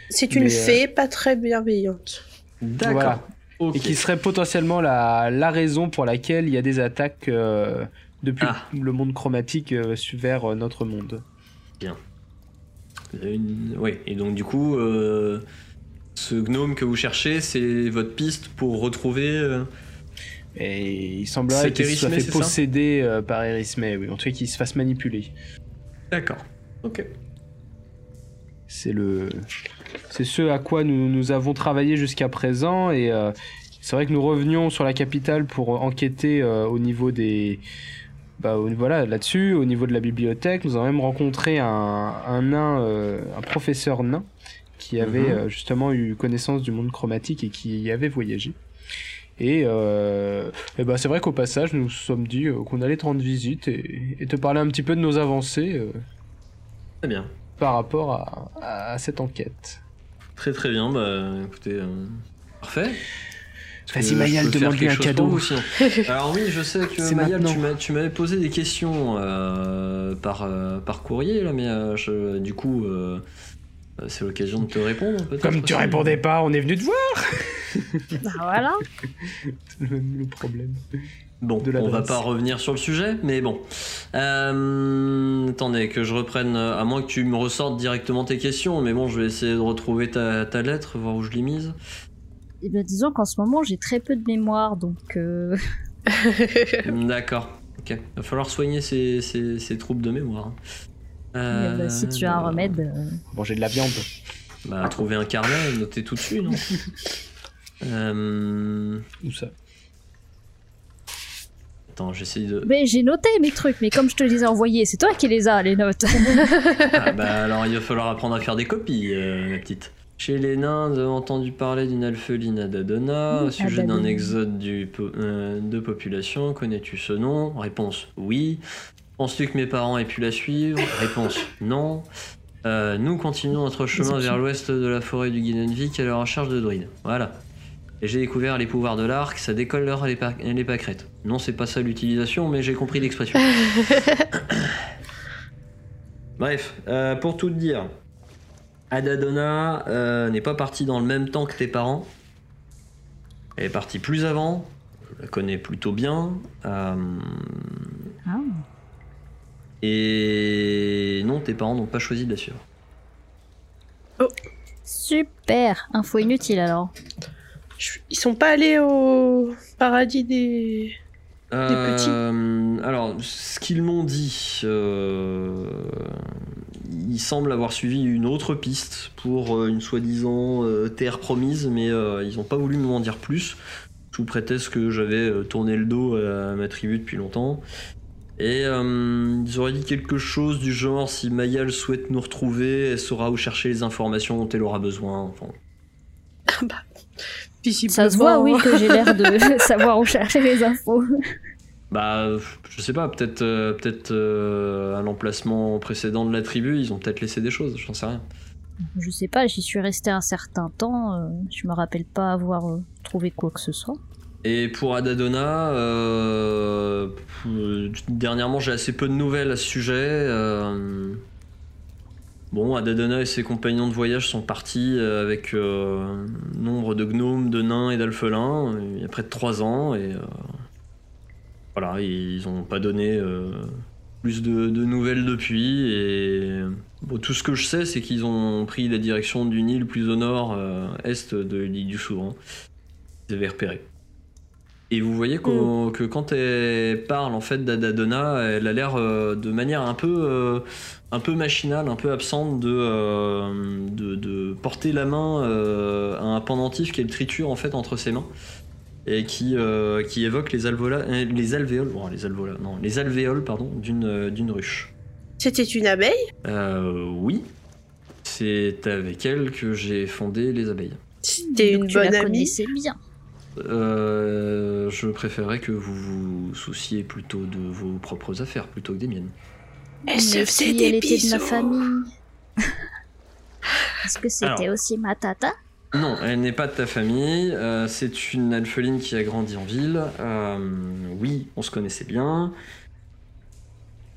Speaker 2: C'est une
Speaker 3: Mais, euh,
Speaker 2: fée pas très <laughs> bienveillante.
Speaker 1: D'accord.
Speaker 3: Voilà.
Speaker 1: Ok.
Speaker 3: Et qui serait potentiellement la, la raison pour laquelle il y a des attaques euh, depuis
Speaker 1: Ah.
Speaker 3: le monde chromatique euh, vers euh, notre monde.
Speaker 1: Une- Oui, et donc du coup, euh, ce gnome que vous cherchez, c'est votre piste pour retrouver. euh,
Speaker 3: Et il
Speaker 1: C'est
Speaker 3: semblerait qu'il se soit
Speaker 1: qu'Erismé,
Speaker 3: fait
Speaker 1: c'est ça
Speaker 3: posséder euh, par Erismé, oui. En tout cas, qu'il se fasse manipuler.
Speaker 1: D'accord. Ok.
Speaker 3: C'est le, c'est ce à quoi nous, nous avons travaillé jusqu'à présent et euh, c'est vrai que nous revenions sur la capitale pour enquêter euh, au niveau des, bah, au- voilà là-dessus, au niveau de la bibliothèque. Nous avons même rencontré un, un nain, euh, un professeur nain qui avait
Speaker 1: Mhm.
Speaker 3: euh, justement eu connaissance du monde chromatique et qui y avait voyagé. Et, euh, eh ben, c'est vrai qu'au passage, nous nous sommes dit euh, qu'on allait te rendre visite et, et te parler un petit peu de nos avancées euh,
Speaker 1: Très bien.
Speaker 3: par rapport à- à- à cette enquête.
Speaker 1: Très très bien. Bah écoutez, euh, parfait. Est-ce
Speaker 3: Vas-y,
Speaker 1: que je
Speaker 3: Mayal,
Speaker 1: peux faire
Speaker 3: demande-lui
Speaker 1: quelque
Speaker 3: un
Speaker 1: chose pour
Speaker 3: cadeau.
Speaker 1: vous,
Speaker 3: <laughs>
Speaker 1: sinon Alors oui, je sais que
Speaker 3: C'est
Speaker 1: Mayal,
Speaker 3: maintenant.
Speaker 1: tu m'as- tu m'avais posé des questions euh, par, euh, par courrier, là, mais euh, je- du coup, euh, euh, c'est l'occasion de te répondre. peut-être
Speaker 3: Comme tu
Speaker 1: aussi.
Speaker 3: répondais pas, on est venu te voir.
Speaker 5: Bah voilà.
Speaker 3: <laughs> Le, problème.
Speaker 1: Bon,
Speaker 3: de
Speaker 1: on va
Speaker 3: l'adresse.
Speaker 1: pas revenir sur le sujet, mais bon. Euh, attendez, que je reprenne, euh, à moins que tu me ressortes directement tes questions, mais bon, je vais essayer de retrouver ta, ta lettre, voir où je l'ai mise.
Speaker 5: Eh bien, disons qu'en ce moment, j'ai très peu de mémoire, donc euh, <laughs>
Speaker 1: Mm, D'accord, ok. Va falloir soigner ces, ces- ces troubles de mémoire. hein.
Speaker 5: mais, bah,
Speaker 1: Euh,
Speaker 5: si tu as un remède, euh,
Speaker 3: Manger de la viande.
Speaker 1: Bah, trouver un carnet et noter tout de
Speaker 5: <laughs>
Speaker 1: suite. hein. Euh,
Speaker 3: Ou ça.
Speaker 1: Attends, j'essaye de.
Speaker 5: Mais j'ai noté mes trucs, mais comme je te les ai envoyés, c'est toi qui les as,
Speaker 1: <laughs>
Speaker 5: les notes.
Speaker 1: Ah, bah, alors, il va falloir apprendre à faire des copies, euh, ma petite. Chez les nains, nous avons entendu parler d'une alpheline à Dadona,
Speaker 5: Oui,
Speaker 1: au sujet
Speaker 5: à Dadona.
Speaker 1: d'un exode du po- euh, de population. Connais-tu ce nom Réponse oui. Penses-tu que mes parents aient pu la suivre Réponse <laughs> non. Euh, nous continuons notre chemin vers l'ouest de la forêt du Guinenvik à la recherche de druides. Voilà. Et j'ai découvert les pouvoirs de l'arc, ça décolle leur les, pa- les pâquerettes. Non, c'est pas ça l'utilisation, mais j'ai compris l'expression. Bref, euh, pour tout te dire, Adadona euh, n'est pas partie dans le même temps que tes parents. Elle est partie plus avant. Je la connais plutôt bien. Euh,
Speaker 5: Ah.
Speaker 1: et non, tes parents n'ont pas choisi de la suivre.
Speaker 5: Super, info inutile alors.
Speaker 2: Je- Ils sont pas allés au paradis des.
Speaker 1: Euh, alors, ce qu'ils m'ont dit, euh, ils semblent avoir suivi une autre piste pour euh, une soi-disant euh, terre promise, mais euh, ils n'ont pas voulu m'en dire plus, sous prétexte que j'avais euh, tourné le dos à ma tribu depuis longtemps. Et euh, ils auraient dit quelque chose du genre si Mayal souhaite nous retrouver, elle saura où chercher les informations dont elle aura besoin. Enfin,
Speaker 2: Ah bah. Visiblement.
Speaker 5: Ça se voit, oui, que j'ai l'air
Speaker 1: <laughs>
Speaker 5: de <laughs> savoir où chercher les infos.
Speaker 1: Bah, je sais pas, peut-être euh, peut-être euh, à l'emplacement précédent de la tribu, ils ont peut-être laissé des choses, j'en sais rien.
Speaker 5: Je sais pas, j'y suis restée un certain temps, euh, je me rappelle pas avoir euh, trouvé quoi que ce soit.
Speaker 1: Et pour Adadona, euh, pff, euh, dernièrement j'ai assez peu de nouvelles à ce sujet. euh, bon, Adadona et ses compagnons de voyage sont partis euh, avec euh, nombre de gnomes, de nains et d'alphelins euh, il y a près de 3 ans. Et euh, voilà, ils n'ont pas donné euh, plus de, de nouvelles depuis. Et bon, tout ce que je sais, c'est qu'ils ont pris la direction d'une île plus au nord, euh, est de l'île du Souverain. Ils avaient repéré. Et vous voyez qu'au- que quand elle parle en fait d'Adadona, elle a l'air euh, de manière un peu, euh, un peu machinale, un peu absente de, euh, de, de porter la main euh, à un pendentif qu'elle triture en fait entre ses mains et qui, euh, qui évoque les, alvola, euh, les alvéoles, bon, les alvola- non, les alvéoles pardon, d'une euh, d'une ruche.
Speaker 2: C'était une abeille
Speaker 1: Euh, oui, c'est avec elle que j'ai fondé les abeilles.
Speaker 2: C'était
Speaker 5: Donc
Speaker 2: une
Speaker 5: tu
Speaker 2: bonne
Speaker 5: la
Speaker 2: amie
Speaker 5: connaissais bien.
Speaker 1: Euh, je préférerais que vous vous souciez plutôt de vos propres affaires plutôt que des miennes.
Speaker 2: Elle se
Speaker 5: Mais
Speaker 2: faisait
Speaker 5: si
Speaker 2: des
Speaker 5: elle était de
Speaker 2: bisous.
Speaker 5: ma famille. Est-ce que c'était
Speaker 1: Alors.
Speaker 5: aussi ma tata
Speaker 1: Non, elle n'est pas de ta famille. euh, c'est une alpheline qui a grandi en ville. euh, oui, on se connaissait bien.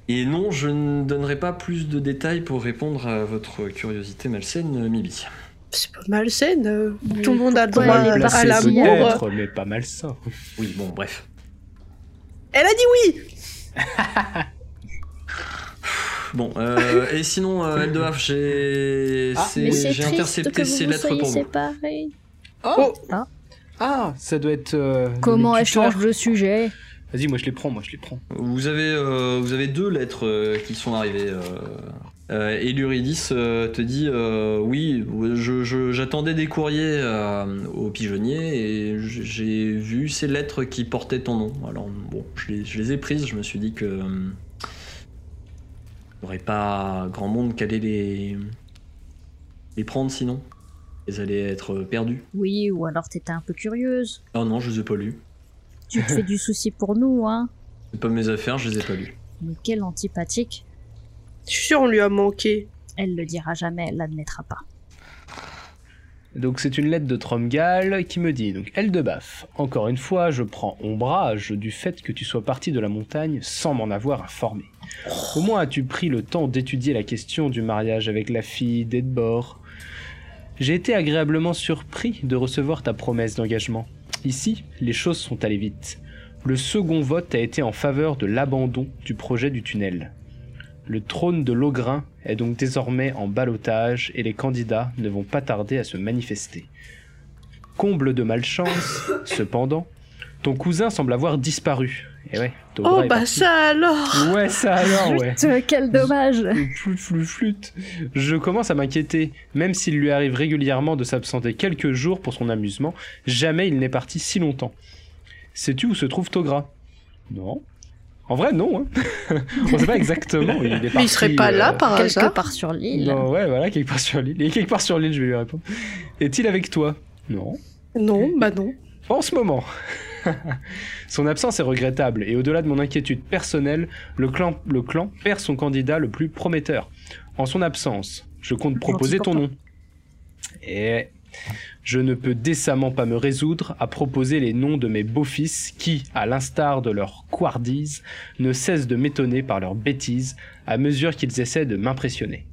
Speaker 1: Et non, je ne donnerai pas plus de détails pour répondre à votre curiosité malsaine, Mibi.
Speaker 2: C'est pas malsaine. euh,
Speaker 5: Mais
Speaker 2: Tout le monde a le droit
Speaker 5: pourquoi elle est
Speaker 2: à
Speaker 5: placée
Speaker 2: à
Speaker 5: sous
Speaker 2: l'amour.
Speaker 3: peut-être, mais pas mal ça.
Speaker 1: Oui, bon, bref.
Speaker 2: Elle a dit oui
Speaker 1: Bon, euh, et sinon, euh, Eldoaf, j'ai
Speaker 3: Ah,
Speaker 1: c'est-
Speaker 5: Mais c'est
Speaker 1: j'ai
Speaker 5: triste
Speaker 1: intercepté
Speaker 5: que vous
Speaker 1: ces
Speaker 5: vous
Speaker 1: lettres
Speaker 5: soyez
Speaker 1: pour vous.
Speaker 5: séparés.
Speaker 2: Oh.
Speaker 3: Ah, ça doit être. euh,
Speaker 5: Comment
Speaker 3: le
Speaker 5: elle
Speaker 3: tuteur.
Speaker 5: change de sujet
Speaker 3: Vas-y, moi je les prends, moi je les prends.
Speaker 1: Vous avez, euh, vous avez deux lettres euh, qui sont arrivées. euh, Euh, et l'Eurydice euh, te dit euh, Oui, je- je- j'attendais des courriers euh, au pigeonnier et j- j'ai vu ces lettres qui portaient ton nom. Alors, bon, je les, je les ai prises, je me suis dit que. hum, Il n'y aurait pas grand monde qui allait les, les prendre sinon. Elles allaient être perdues.
Speaker 5: Oui, ou alors t'étais un peu curieuse.
Speaker 1: Ah non, je les ai pas lues.
Speaker 5: Tu te fais du souci pour nous, hein.
Speaker 1: C'est pas mes affaires, je les ai pas lues.
Speaker 5: Mais quelle antipathique.
Speaker 2: Je suis sûre on lui a manqué.
Speaker 5: Elle le dira jamais, elle l'admettra pas.
Speaker 3: Donc c'est une lettre de Tromgal qui me dit donc elle de baffe. Encore une fois, je prends ombrage du fait que tu sois parti de la montagne sans m'en avoir informé. Au moins as-tu pris le temps d'étudier la question du mariage avec la fille d'Edbor. J'ai été agréablement surpris de recevoir ta promesse d'engagement. Ici, les choses sont allées vite. Le second vote a été en faveur de l'abandon du projet du tunnel. Le trône de Logrin est donc désormais en ballottage et les candidats ne vont pas tarder à se manifester. Comble de malchance, cependant, ton cousin semble avoir disparu. Et ouais, Tobra
Speaker 2: Oh
Speaker 3: est
Speaker 2: bah
Speaker 3: parti.
Speaker 2: ça alors
Speaker 3: Ouais, ça alors, Ah ouais.
Speaker 5: Flûte, euh, quel dommage
Speaker 3: Flûte, flûte, flûte. Je commence à m'inquiéter. Même s'il lui arrive régulièrement de s'absenter quelques jours pour son amusement, jamais il n'est parti si longtemps. Sais-tu où se trouve Togra Non. En vrai, non. hein. <laughs> On sait pas exactement. Il, est
Speaker 2: Mais
Speaker 3: parti,
Speaker 2: il serait pas là
Speaker 3: euh,
Speaker 2: par
Speaker 5: Quelque
Speaker 2: hasard
Speaker 5: part sur l'île.
Speaker 3: Non, ouais, voilà, quelque part sur l'île. Il est quelque part sur l'île, je vais lui répondre. Est-il avec toi Non.
Speaker 2: Non, bah <laughs> non.
Speaker 3: En ce moment <laughs> Son absence est regrettable, et au-delà de mon inquiétude personnelle, le clan, le clan perd son candidat le plus prometteur. En son absence, je compte proposer ton nom. Et je ne peux décemment pas me résoudre à proposer les noms de mes beaux-fils qui, à l'instar de leurs couardises, ne cessent de m'étonner par leurs bêtises à mesure qu'ils essaient de m'impressionner.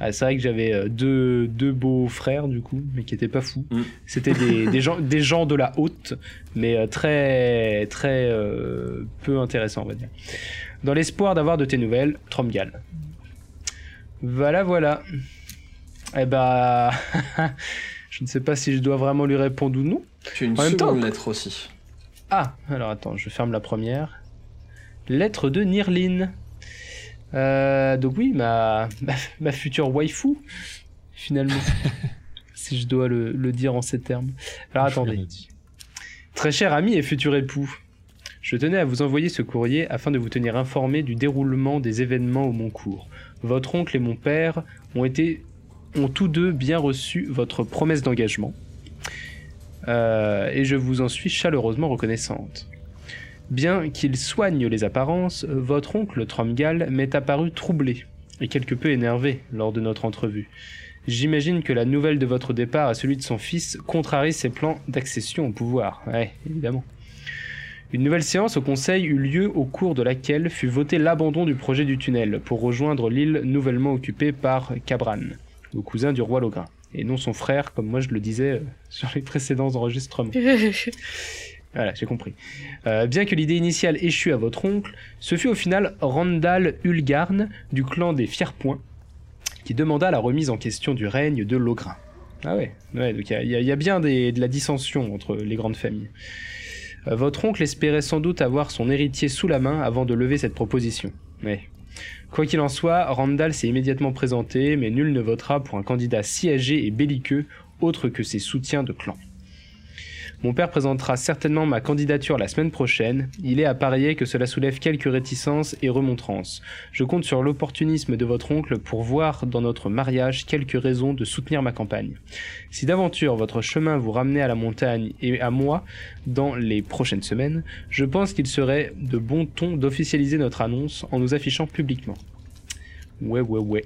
Speaker 3: Ah, c'est vrai que j'avais euh, deux, deux beaux frères du coup, mais qui étaient pas fous.
Speaker 1: Mm.
Speaker 3: C'était des, des gens, des gens de la haute, mais euh, très très euh, peu intéressants on va dire. Dans l'espoir d'avoir de tes nouvelles, Tromgal. Voilà voilà. Eh bah, <laughs> je ne sais pas si je dois vraiment lui répondre ou non.
Speaker 1: Tu as une
Speaker 3: En même
Speaker 1: seconde
Speaker 3: temps-
Speaker 1: lettre aussi.
Speaker 3: Ah, alors attends, je ferme la première. Lettre de Nirline. Euh, donc oui, ma, ma, ma future waifu, finalement. si je dois le, le dire en ces termes. Alors Ah, attendez. Très cher ami et futur époux, je tenais à vous envoyer ce courrier afin de vous tenir informé du déroulement des événements au mon cours. Votre oncle et mon père ont été ont tous deux bien reçu votre promesse d'engagement. Euh, et je vous en suis chaleureusement reconnaissante. Bien qu'il soigne les apparences, votre oncle Tromgal m'est apparu troublé et quelque peu énervé lors de notre entrevue. J'imagine que la nouvelle de votre départ à celui de son fils contrarie ses plans d'accession au pouvoir. Ouais, évidemment. Une nouvelle séance au Conseil eut lieu au cours de laquelle fut voté l'abandon du projet du tunnel pour rejoindre l'île nouvellement occupée par Cabran, le cousin du roi Logrin, et non son frère comme moi je le disais euh, sur les précédents enregistrements.
Speaker 2: Oh,
Speaker 3: Voilà, j'ai compris. Euh, bien que l'idée initiale échue à votre oncle, ce fut au final Randall Hulgarn du clan des Fierpoints qui demanda la remise en question du règne de Logrin. Ah ouais, ouais donc il y a- il y, a- il y a bien des- de la dissension entre les grandes familles. Euh, votre oncle espérait sans doute avoir son héritier sous la main avant de lever cette proposition. Ouais. Quoi qu'il en soit, Randall s'est immédiatement présenté, mais nul ne votera pour un candidat si âgé et belliqueux autre que ses soutiens de clan. Mon père présentera certainement ma candidature la semaine prochaine. Il est à parier que cela soulève quelques réticences et remontrances. Je compte sur l'opportunisme de votre oncle pour voir dans notre mariage quelques raisons de soutenir ma campagne. Si d'aventure votre chemin vous ramenait à la montagne et à moi dans les prochaines semaines, je pense qu'il serait de bon ton d'officialiser notre annonce en nous affichant publiquement. Ouais, ouais, ouais.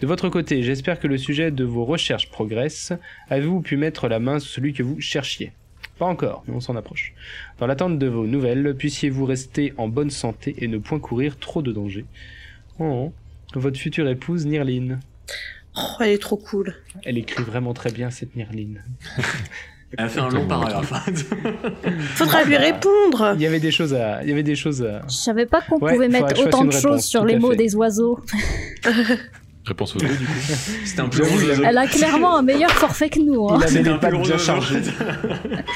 Speaker 3: De votre côté, j'espère que le sujet de vos recherches progresse. Avez-vous pu mettre la main sur celui que vous cherchiez pas encore, mais on s'en approche. Dans l'attente de vos nouvelles, puissiez-vous rester en bonne santé et ne point courir trop de dangers. Oh, votre future épouse Nirline.
Speaker 2: Oh, elle est trop cool.
Speaker 3: Elle écrit vraiment très bien cette Nirline.
Speaker 1: Elle a fait un long paragraphe. hein.
Speaker 2: Faudra lui répondre
Speaker 3: Il y avait des choses à, il y avait des choses à.
Speaker 5: Je savais pas qu'on
Speaker 3: Ouais, faudrait
Speaker 5: pouvait
Speaker 3: que
Speaker 5: mettre
Speaker 3: je fasse
Speaker 5: autant
Speaker 3: une
Speaker 5: de choses
Speaker 3: réponse,
Speaker 5: sur
Speaker 3: tout
Speaker 5: les
Speaker 3: à
Speaker 5: mots
Speaker 3: fait.
Speaker 5: des oiseaux.
Speaker 4: Réponse aux deux, du coup.
Speaker 1: C'était un peu
Speaker 3: J'avoue, il
Speaker 1: long.
Speaker 5: Elle a clairement un meilleur forfait que
Speaker 3: <laughs>
Speaker 5: nous. hein.
Speaker 3: Il avait
Speaker 1: C'était
Speaker 3: les
Speaker 1: un peu
Speaker 3: pattes
Speaker 1: long
Speaker 3: bien
Speaker 1: de-
Speaker 3: chargées.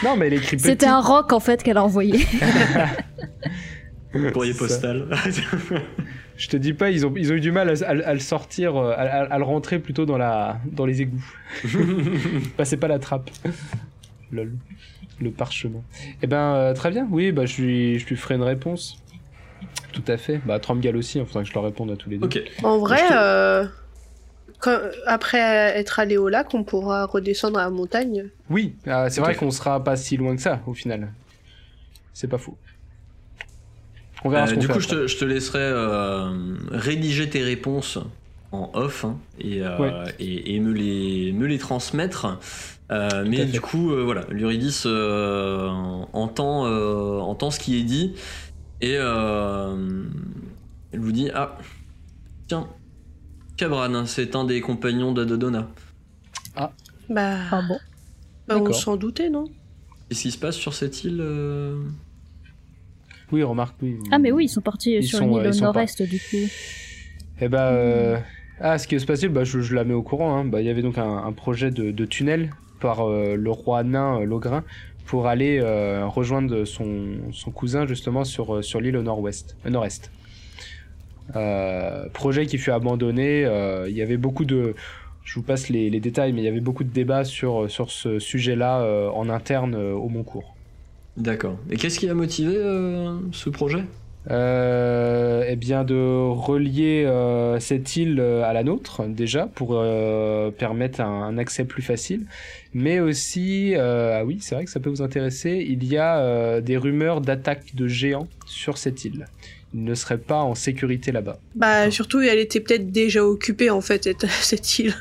Speaker 3: Non, mais elle écrit petit.
Speaker 5: C'était un rock en fait qu'elle a envoyé.
Speaker 1: Courrier
Speaker 3: C'est ça.
Speaker 1: postal.
Speaker 3: Je te dis pas, ils ont, ils ont eu du mal à, à- à le sortir, euh, à, à- à le rentrer plutôt dans, la, dans les
Speaker 1: <laughs>
Speaker 3: égouts. Passez pas la trappe. Lol. Le parchemin. Eh ben, euh, très bien, oui, bah, je, lui, je lui ferai une réponse. Tout à fait. Bah, Tromgal aussi, il faudra que je leur réponde à tous les deux.
Speaker 1: ok.
Speaker 2: En
Speaker 5: Bah,
Speaker 2: vrai,
Speaker 1: Je te-
Speaker 2: euh, quand- après être allé au lac, on pourra redescendre à la montagne.
Speaker 3: Oui, ah, c'est
Speaker 1: Tout à
Speaker 3: vrai
Speaker 1: fait.
Speaker 3: qu'on sera pas si loin que ça, au final. C'est pas faux. On verra
Speaker 1: Euh,
Speaker 3: ce qu'on
Speaker 1: du
Speaker 3: fait
Speaker 1: coup, je
Speaker 3: après.
Speaker 1: te, je te laisserai euh, rédiger tes réponses en off hein, et, euh,
Speaker 3: Ouais.
Speaker 1: et, et me, les, me les transmettre. Euh, mais
Speaker 3: fait.
Speaker 1: du coup, euh, voilà, l'Uridis euh, entend, euh, entend ce qui est dit et euh, elle vous dit Ah, tiens, Cabran, hein, c'est un des compagnons d'Adodona.
Speaker 2: Bah,
Speaker 5: Ah bon
Speaker 2: bah, on
Speaker 3: d'accord.
Speaker 2: s'en doutait, non
Speaker 1: Qu'est-ce qui se passe sur cette île euh
Speaker 3: Oui, remarque, oui.
Speaker 5: Ah mais oui, ils sont partis
Speaker 3: Ils
Speaker 5: sur
Speaker 3: sont,
Speaker 5: une
Speaker 3: euh,
Speaker 5: île
Speaker 3: ils
Speaker 5: au
Speaker 3: sont pas-
Speaker 5: nord-est du coup. Hmm.
Speaker 3: Eh bah, euh, ah, ce qui se passait, bah, je, je la mets au courant. hein. Bah, Il y avait donc un, un projet de, de tunnel par euh, le roi nain euh, Logrin pour aller euh, rejoindre son, son cousin justement sur, euh, sur l'île au nord-ouest, euh, nord-est. Euh, projet qui fut abandonné. euh, Il y avait beaucoup de, je vous passe les, les détails, mais il y avait beaucoup de débats sur, euh, sur ce sujet-là euh, en interne euh, au Montcourt.
Speaker 1: D'accord. Et qu'est-ce qui a motivé euh, ce projet
Speaker 3: Euh, eh bien, de relier euh, cette île euh, à la nôtre, déjà, pour euh, permettre un, un accès plus facile. Mais aussi, euh, ah oui, c'est vrai que ça peut vous intéresser, il y a euh, des rumeurs d'attaques de géants sur cette île. Ils ne seraient pas en sécurité là-bas.
Speaker 5: Ah.
Speaker 2: Bah, surtout, elle était peut-être déjà occupée, en fait, cette, <laughs> cette île.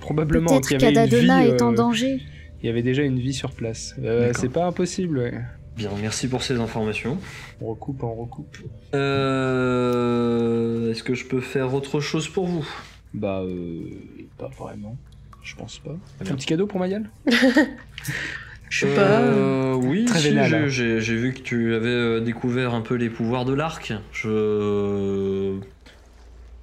Speaker 3: Probablement
Speaker 5: Peut-être
Speaker 3: qu'il y avait une
Speaker 5: qu'Adadona
Speaker 3: vie,
Speaker 5: est en
Speaker 3: euh,
Speaker 5: danger.
Speaker 3: Il y avait déjà une vie sur place. Euh,
Speaker 1: D'accord.
Speaker 3: c'est pas impossible, ouais.
Speaker 1: Bien, merci pour ces informations.
Speaker 3: On recoupe, on recoupe.
Speaker 1: Euh, Est-ce que je peux faire autre chose pour vous
Speaker 3: Bah, euh, pas vraiment. Je pense pas.
Speaker 1: Très bien.
Speaker 3: Un petit cadeau pour Mayal
Speaker 2: Je sais pas.
Speaker 1: Euh, oui,
Speaker 3: Très
Speaker 1: si,
Speaker 3: vénal,
Speaker 1: j'ai-
Speaker 3: hein.
Speaker 1: j'ai j'ai vu que tu avais euh, découvert un peu les pouvoirs de l'arc. Je peux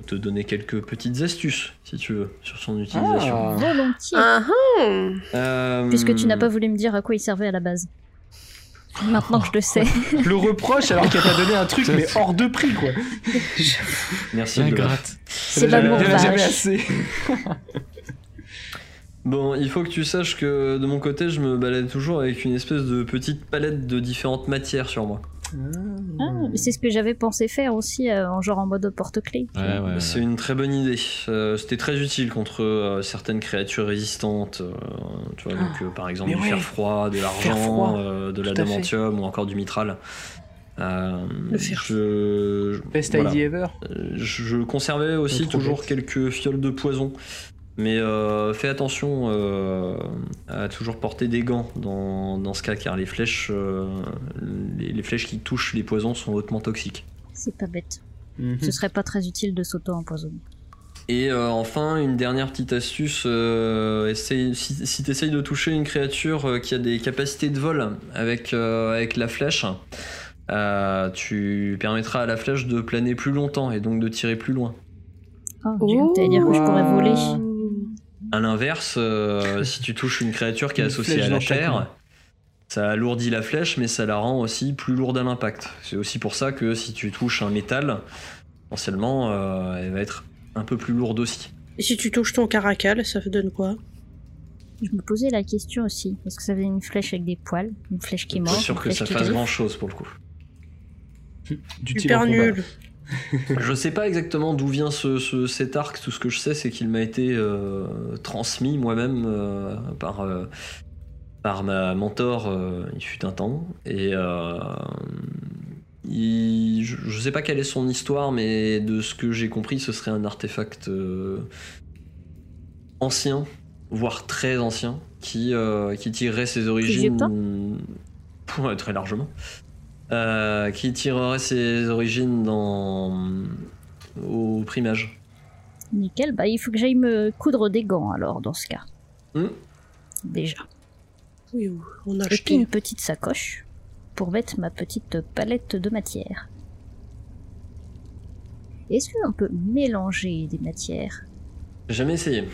Speaker 1: te donner quelques petites astuces, si tu veux, sur son utilisation.
Speaker 3: Ah.
Speaker 5: Volontiers.
Speaker 2: Ah, ah.
Speaker 1: Euh,
Speaker 5: Puisque tu n'as
Speaker 3: Hmm.
Speaker 5: pas voulu me dire à quoi il servait à la base. Maintenant que
Speaker 3: <laughs>
Speaker 5: je le sais.
Speaker 3: le reproche alors qu'elle t'a donné un truc mais hors de prix quoi.
Speaker 1: Merci,
Speaker 4: La
Speaker 1: Dolph.
Speaker 4: gratte.
Speaker 5: C'est
Speaker 3: Elle a
Speaker 5: l'amour
Speaker 3: jamais- elle a jamais
Speaker 5: vache.
Speaker 3: assez.
Speaker 1: Bon, il faut que tu saches que de mon côté, je me balade toujours avec une espèce de petite palette de différentes matières sur moi.
Speaker 5: Ah,
Speaker 3: Hmm.
Speaker 5: mais c'est ce que j'avais pensé faire aussi, euh, en genre en mode porte-clés.
Speaker 4: Ouais, ouais, ouais.
Speaker 1: Bah, C'est une très bonne idée. Euh, C'était très utile contre euh, certaines créatures résistantes. euh, tu vois, donc, euh, par exemple
Speaker 3: mais
Speaker 1: du
Speaker 3: ouais.
Speaker 1: fer froid, de
Speaker 3: froid.
Speaker 1: l'argent, euh, de
Speaker 3: Tout à
Speaker 1: l'adamantium ou encore du mitral. Euh,
Speaker 2: Le fer.
Speaker 1: Je, je-
Speaker 3: Best
Speaker 1: voilà.
Speaker 3: idea ever.
Speaker 1: Euh, je conservais aussi
Speaker 3: Trop
Speaker 1: toujours
Speaker 3: bête.
Speaker 1: quelques fioles de poison. Mais euh, fais attention euh, à toujours porter des gants dans, dans ce cas, car les flèches, euh, les, les flèches qui touchent les poisons sont hautement toxiques.
Speaker 5: C'est pas bête.
Speaker 3: Hmm.
Speaker 5: Ce serait pas très utile de s'auto-empoisonner.
Speaker 1: Et euh, enfin, une dernière petite astuce, euh, essaye- si, si tu essayes de toucher une créature euh, qui a des capacités de vol avec, euh, avec la flèche, euh, tu permettras à la flèche de planer plus longtemps et donc de tirer plus loin.
Speaker 5: Oh, C'est-à-dire que je pourrais voler.
Speaker 1: À l'inverse,
Speaker 3: <laughs>
Speaker 1: euh, si tu touches une créature qui est
Speaker 3: Une
Speaker 1: associée
Speaker 3: flèche
Speaker 1: à la
Speaker 3: dans chaque main.
Speaker 1: terre, ça alourdit la flèche, mais ça la rend aussi plus lourde à l'impact. C'est aussi pour ça que si tu touches un métal, potentiellement, euh, elle va être un peu plus lourde aussi.
Speaker 2: Et si tu touches ton caracal, ça donne quoi
Speaker 5: Je me posais la question aussi. Est-ce que ça faisait une flèche avec des poils Une flèche qui est
Speaker 1: Je
Speaker 5: morte
Speaker 1: suis sûr
Speaker 5: une
Speaker 1: que
Speaker 5: flèche
Speaker 1: ça
Speaker 5: qui
Speaker 1: fasse
Speaker 5: griffe
Speaker 1: grand chose pour le coup.
Speaker 3: Du
Speaker 2: Super nul.
Speaker 1: Je sais pas exactement d'où vient ce, ce- cet arc, tout ce que je sais c'est qu'il m'a été euh, transmis moi-même euh, par, euh, par ma mentor euh, il fut un temps. Et euh, il- je, je sais pas quelle est son histoire, mais de ce que j'ai compris ce serait un artefact euh, ancien, voire très ancien, qui, euh, qui tirerait ses origines... <laughs> Ouais, très largement. Euh, qui tirerait ses origines dans au primage.
Speaker 5: Nickel. Bah, il faut que j'aille me coudre des gants alors, dans ce cas.
Speaker 1: Hmm.
Speaker 5: Déjà.
Speaker 2: Oui, on a
Speaker 5: Et puis une
Speaker 2: acheté.
Speaker 5: petite sacoche pour mettre ma petite palette de matière. Est-ce qu'on peut mélanger des matières
Speaker 1: J'ai Jamais essayé.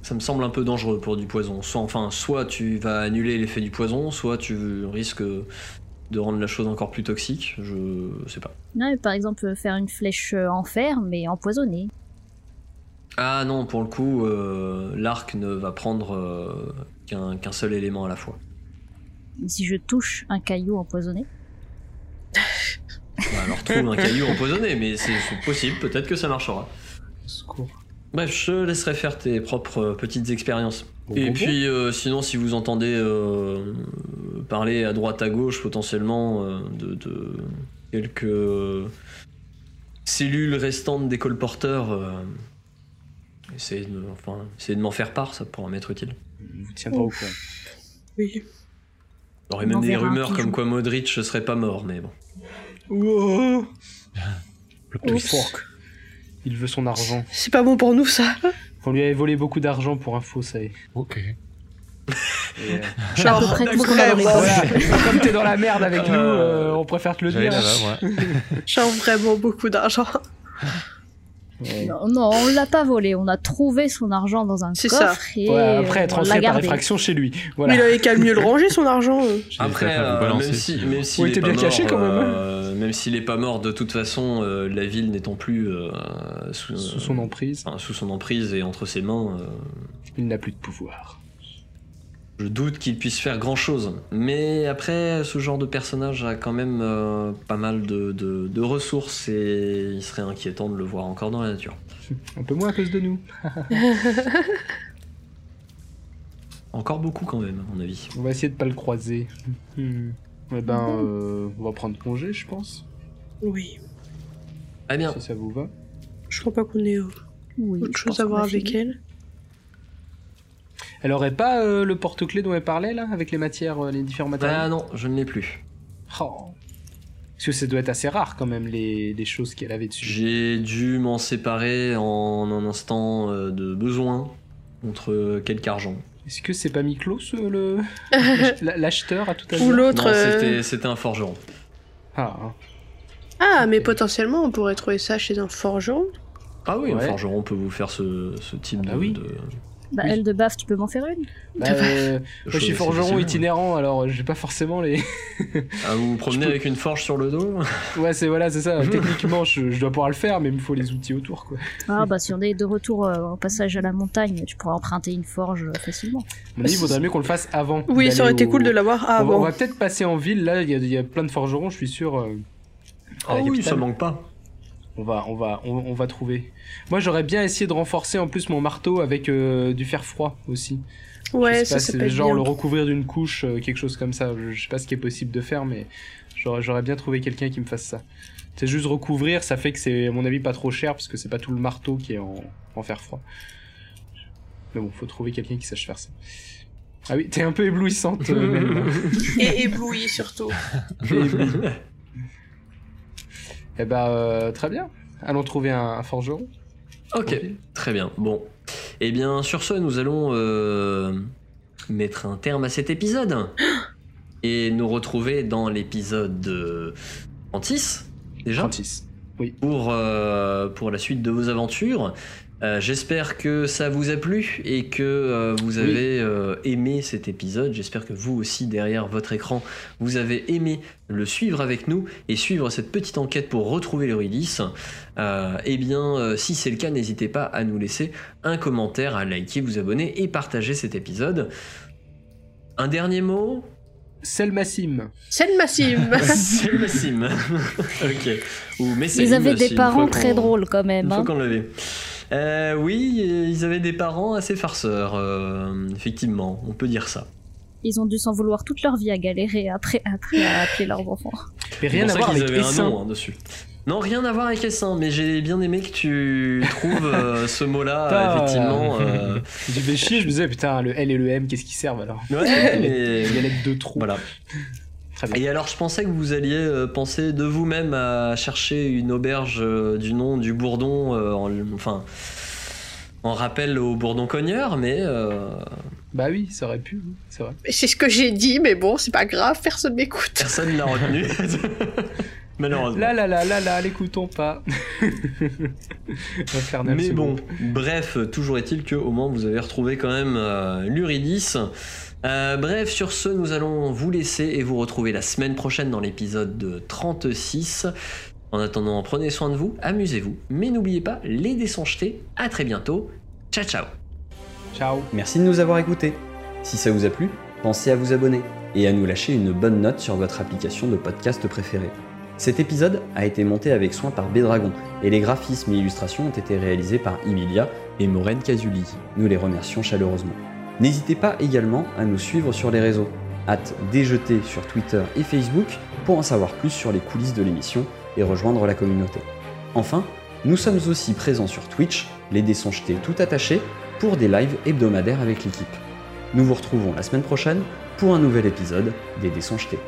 Speaker 1: Ça me semble un peu dangereux pour du poison. Soit, enfin, soit tu vas annuler l'effet du poison, soit tu risques de rendre la chose encore plus toxique, je sais pas.
Speaker 5: Ouais, par exemple, faire une flèche euh, en fer, mais empoisonnée.
Speaker 1: Ah non, pour le coup, euh, l'arc ne va prendre euh, qu'un qu'un seul élément à la fois.
Speaker 5: Si je touche un caillou empoisonné.
Speaker 1: Bah, alors trouve un caillou empoisonné, mais c'est c'est possible, peut-être que ça marchera.
Speaker 3: Au secours.
Speaker 1: Bref, je te laisserai faire tes propres euh, petites expériences.
Speaker 3: Bon,
Speaker 1: Et
Speaker 3: bon,
Speaker 1: puis, euh, sinon, si vous entendez euh, parler à droite à gauche potentiellement euh, de, de quelques cellules restantes des colporteurs, euh, essayez de, enfin, essayez de m'en faire part, ça pourra m'être utile.
Speaker 3: bon. Vous tiendra au courant.
Speaker 2: Oui.
Speaker 1: Il y aurait
Speaker 5: On
Speaker 1: même des
Speaker 5: enverra un
Speaker 1: rumeurs
Speaker 5: pigeon.
Speaker 1: comme quoi Modric ne serait pas mort, mais bon.
Speaker 4: Plot
Speaker 3: Le
Speaker 4: twist.
Speaker 3: fork. Il veut son argent.
Speaker 2: C'est pas bon pour nous, ça.
Speaker 3: On lui avait volé beaucoup d'argent pour info, ça y est.
Speaker 4: Ok.
Speaker 3: Et, euh,
Speaker 5: à
Speaker 2: Oh,
Speaker 5: peu près tout ce qu'on a dans les
Speaker 2: d'accord.
Speaker 5: poches.
Speaker 3: <laughs> voilà. Comme t'es dans la merde avec nous,
Speaker 4: Euh,
Speaker 3: euh, on préfère te le
Speaker 4: J'allais
Speaker 3: dire.
Speaker 4: là-bas, moi.
Speaker 2: Genre vraiment beaucoup d'argent.
Speaker 3: Ouais.
Speaker 5: Non, non, on l'a pas volé, on a trouvé son argent dans un
Speaker 2: C'est
Speaker 5: coffre
Speaker 2: ça.
Speaker 5: et
Speaker 3: Ouais, après
Speaker 5: on
Speaker 3: être
Speaker 5: l'a
Speaker 3: rentré par
Speaker 5: gardé.
Speaker 3: effraction chez lui.
Speaker 2: Mais il
Speaker 3: Voilà.
Speaker 2: avait qu'à mieux le ranger, son argent. euh.
Speaker 1: Après,
Speaker 4: J'allais
Speaker 1: euh,
Speaker 4: vous balancer,
Speaker 1: même si,
Speaker 4: sinon.
Speaker 1: même s'il
Speaker 3: Ouais,
Speaker 1: est
Speaker 3: t'es
Speaker 1: pas
Speaker 3: bien
Speaker 1: mort,
Speaker 3: caché, quand même, hein.
Speaker 1: euh, même s'il est pas mort, de toute façon, euh, la ville n'étant plus euh, sous,
Speaker 3: Sous son emprise,
Speaker 1: enfin, sous son emprise et entre ses mains, euh,
Speaker 3: il n'a plus de pouvoir.
Speaker 1: je doute qu'il puisse faire grand chose. Mais après, ce genre de personnage a quand même euh, pas mal de, de- de ressources et il serait inquiétant de le voir encore dans la nature.
Speaker 3: Un peu moins à cause de nous.
Speaker 1: Encore beaucoup quand même, à mon avis.
Speaker 3: On va essayer de pas le croiser. Hmm. Eh ben, euh, on va prendre congé, je pense,
Speaker 2: Oui.
Speaker 1: Très Eh bien.
Speaker 3: si ça vous va.
Speaker 2: Je crois pas qu'on ait euh,
Speaker 5: Oui,
Speaker 2: autre
Speaker 5: je pense
Speaker 2: chose à
Speaker 5: qu'on
Speaker 2: voir
Speaker 5: a
Speaker 2: avec
Speaker 5: fini.
Speaker 2: elle.
Speaker 3: Elle aurait pas euh, le porte-clés dont elle parlait, là, avec les matières, euh, les différents matériaux
Speaker 1: Ah non, je ne l'ai plus.
Speaker 3: Oh. Parce que ça doit être assez rare, quand même, les, les choses qu'elle avait dessus.
Speaker 1: J'ai dû m'en séparer en un instant euh, de besoin contre quelque argent.
Speaker 3: Est-ce que c'est pas Miklos, euh,
Speaker 2: <laughs>
Speaker 3: le... l'ach- l'acheteur, à tout à
Speaker 2: Ou
Speaker 3: l'heure
Speaker 2: l'autre.
Speaker 1: Non,
Speaker 2: euh,
Speaker 1: c'était- c'était un forgeron.
Speaker 3: Ah, hein.
Speaker 2: Ah, mais potentiellement, on pourrait trouver ça chez un forgeron.
Speaker 1: Ah oui, un
Speaker 3: Ouais.
Speaker 1: forgeron peut vous faire ce, ce type
Speaker 3: Ah
Speaker 1: de,
Speaker 3: oui.
Speaker 1: de- de
Speaker 5: Bah,
Speaker 3: Oui.
Speaker 5: elle de baffe, tu peux m'en faire une
Speaker 3: Bah, euh, moi,
Speaker 1: choses,
Speaker 3: je suis
Speaker 1: c'est
Speaker 3: forgeron
Speaker 1: possible.
Speaker 3: itinérant, alors euh, j'ai pas forcément les... <laughs>
Speaker 1: Ah, vous vous promenez
Speaker 3: peux-
Speaker 1: avec une forge sur le dos
Speaker 3: Ouais, c'est voilà, c'est <laughs> ça. Techniquement, je, je dois pouvoir le faire, mais il me faut les outils autour, quoi.
Speaker 5: Ah bah si on est de retour euh, au passage à la montagne, tu pourras emprunter une forge euh, facilement.
Speaker 3: À mon avis, il vaudrait mieux qu'on le fasse avant.
Speaker 2: Oui, ça aurait
Speaker 3: d'aller
Speaker 2: été
Speaker 3: au-
Speaker 2: cool de l'avoir
Speaker 3: on va, on
Speaker 2: avant.
Speaker 3: va peut-être passer en ville, là, il y, a- il y a plein de forgerons, je suis sûr. euh,
Speaker 1: Ah
Speaker 3: à la capitale.
Speaker 1: manque
Speaker 3: <laughs>
Speaker 1: pas.
Speaker 3: On va, on va, on, on va trouver. Moi, j'aurais bien essayé de renforcer en plus mon marteau avec euh, du fer froid aussi.
Speaker 2: Ouais,
Speaker 3: je sais
Speaker 2: ça,
Speaker 3: pas,
Speaker 2: ça
Speaker 3: c'est
Speaker 2: peut être
Speaker 3: genre
Speaker 2: bien.
Speaker 3: le recouvrir d'une couche, euh, quelque chose comme ça. Je, je sais pas ce qui est possible de faire, mais j'aurais, j'aurais bien trouvé quelqu'un qui me fasse ça. C'est juste recouvrir, ça fait que c'est, à mon avis, pas trop cher parce que c'est pas tout le marteau qui est en, en fer froid. Mais bon, faut trouver quelqu'un qui sache faire ça. Ah oui, t'es un peu éblouissante.
Speaker 2: <laughs>
Speaker 3: euh, même.
Speaker 2: Et ébloui surtout.
Speaker 3: Eh bah, euh, très bien. Allons trouver un, un forgeron.
Speaker 1: ok, très bien. Bon. Eh bien, sur ce, nous allons euh, mettre un terme à cet épisode. Et nous retrouver dans l'épisode euh, 36, déjà,
Speaker 3: Gentil.
Speaker 1: pour, euh, pour la suite de vos aventures. Euh, J'espère que ça vous a plu et que euh, vous avez euh, aimé cet épisode. J'espère que vous aussi, derrière votre écran, vous avez aimé le suivre avec nous et suivre cette petite enquête pour retrouver l'Eurydice. Euh, eh bien, euh, si c'est le cas, n'hésitez pas à nous laisser un commentaire, à liker, vous abonner et partager cet épisode. Un dernier mot
Speaker 3: Sel Massim.
Speaker 2: C'est le <laughs> Massim
Speaker 1: C'est le Messim. <laughs> ok. Ou Messim
Speaker 5: Ils avaient
Speaker 1: aussi,
Speaker 5: des
Speaker 1: une fois
Speaker 5: parents
Speaker 1: qu'on-
Speaker 5: très drôles quand même.
Speaker 1: Une fois
Speaker 5: hein.
Speaker 1: qu'on l'avait. Euh, oui, ils avaient des parents assez farceurs, euh, effectivement, on peut dire ça.
Speaker 5: Ils ont dû s'en vouloir toute leur vie à galérer après, après à appeler leurs enfants.
Speaker 1: C'est
Speaker 3: Mais rien
Speaker 1: pour
Speaker 3: à
Speaker 1: ça
Speaker 3: voir
Speaker 1: qu'ils
Speaker 3: avec
Speaker 1: avaient
Speaker 3: Essin.
Speaker 1: un nom hein, dessus. Non, rien à voir avec Essin, mais j'ai bien aimé que tu trouves euh, ce mot-là,
Speaker 3: Putain.
Speaker 1: effectivement.
Speaker 3: <laughs>
Speaker 1: euh,
Speaker 3: J'ai fait chier, je me disais, putain, le L et le M, qu'est-ce qu'ils servent alors
Speaker 1: ouais,
Speaker 3: Il y a
Speaker 1: mais-
Speaker 3: l'aide de trous.
Speaker 1: Voilà.
Speaker 3: Très bien.
Speaker 1: Et alors, je pensais que vous alliez euh, penser de vous-même à chercher une auberge euh, du nom du Bourdon, euh, en- enfin, en rappel au Bourdon cogneur, mais euh,
Speaker 3: Bah oui, ça aurait pu, oui, c'est vrai.
Speaker 2: C'est ce que j'ai dit, mais bon, c'est pas grave, personne m'écoute.
Speaker 1: personne ne l'a
Speaker 3: <laughs>
Speaker 1: retenu. Malheureusement.
Speaker 3: Là, là, là, là, là, l'écoutons pas. <laughs> Infernal.
Speaker 1: Mais
Speaker 3: ce
Speaker 1: bon,
Speaker 3: groupe.
Speaker 1: bref, toujours est-il que au moins vous avez retrouvé quand même euh, l'Uridis Euh, bref, sur ce, nous allons vous laisser et vous retrouver la semaine prochaine dans l'épisode de 36. En attendant, prenez soin de vous, amusez-vous, mais n'oubliez pas les dés sont jetés. À très bientôt. Ciao ciao.
Speaker 3: Ciao.
Speaker 6: Merci de nous avoir écoutés. Si ça vous a plu, pensez à vous abonner et à nous lâcher une bonne note sur votre application de podcast préférée. Cet épisode a été monté avec soin par Bédragon et les graphismes et illustrations ont été réalisés par Emilia et Maureen Casuli. Nous les remercions chaleureusement. N'hésitez pas également à nous suivre sur les réseaux, hâte déjeter sur Twitter et Facebook pour en savoir plus sur les coulisses de l'émission et rejoindre la communauté. Enfin, nous sommes aussi présents sur Twitch, les dés sont jetés tout attachés, pour des lives hebdomadaires avec l'équipe. Nous vous retrouvons la semaine prochaine pour un nouvel épisode des dés sont jetés.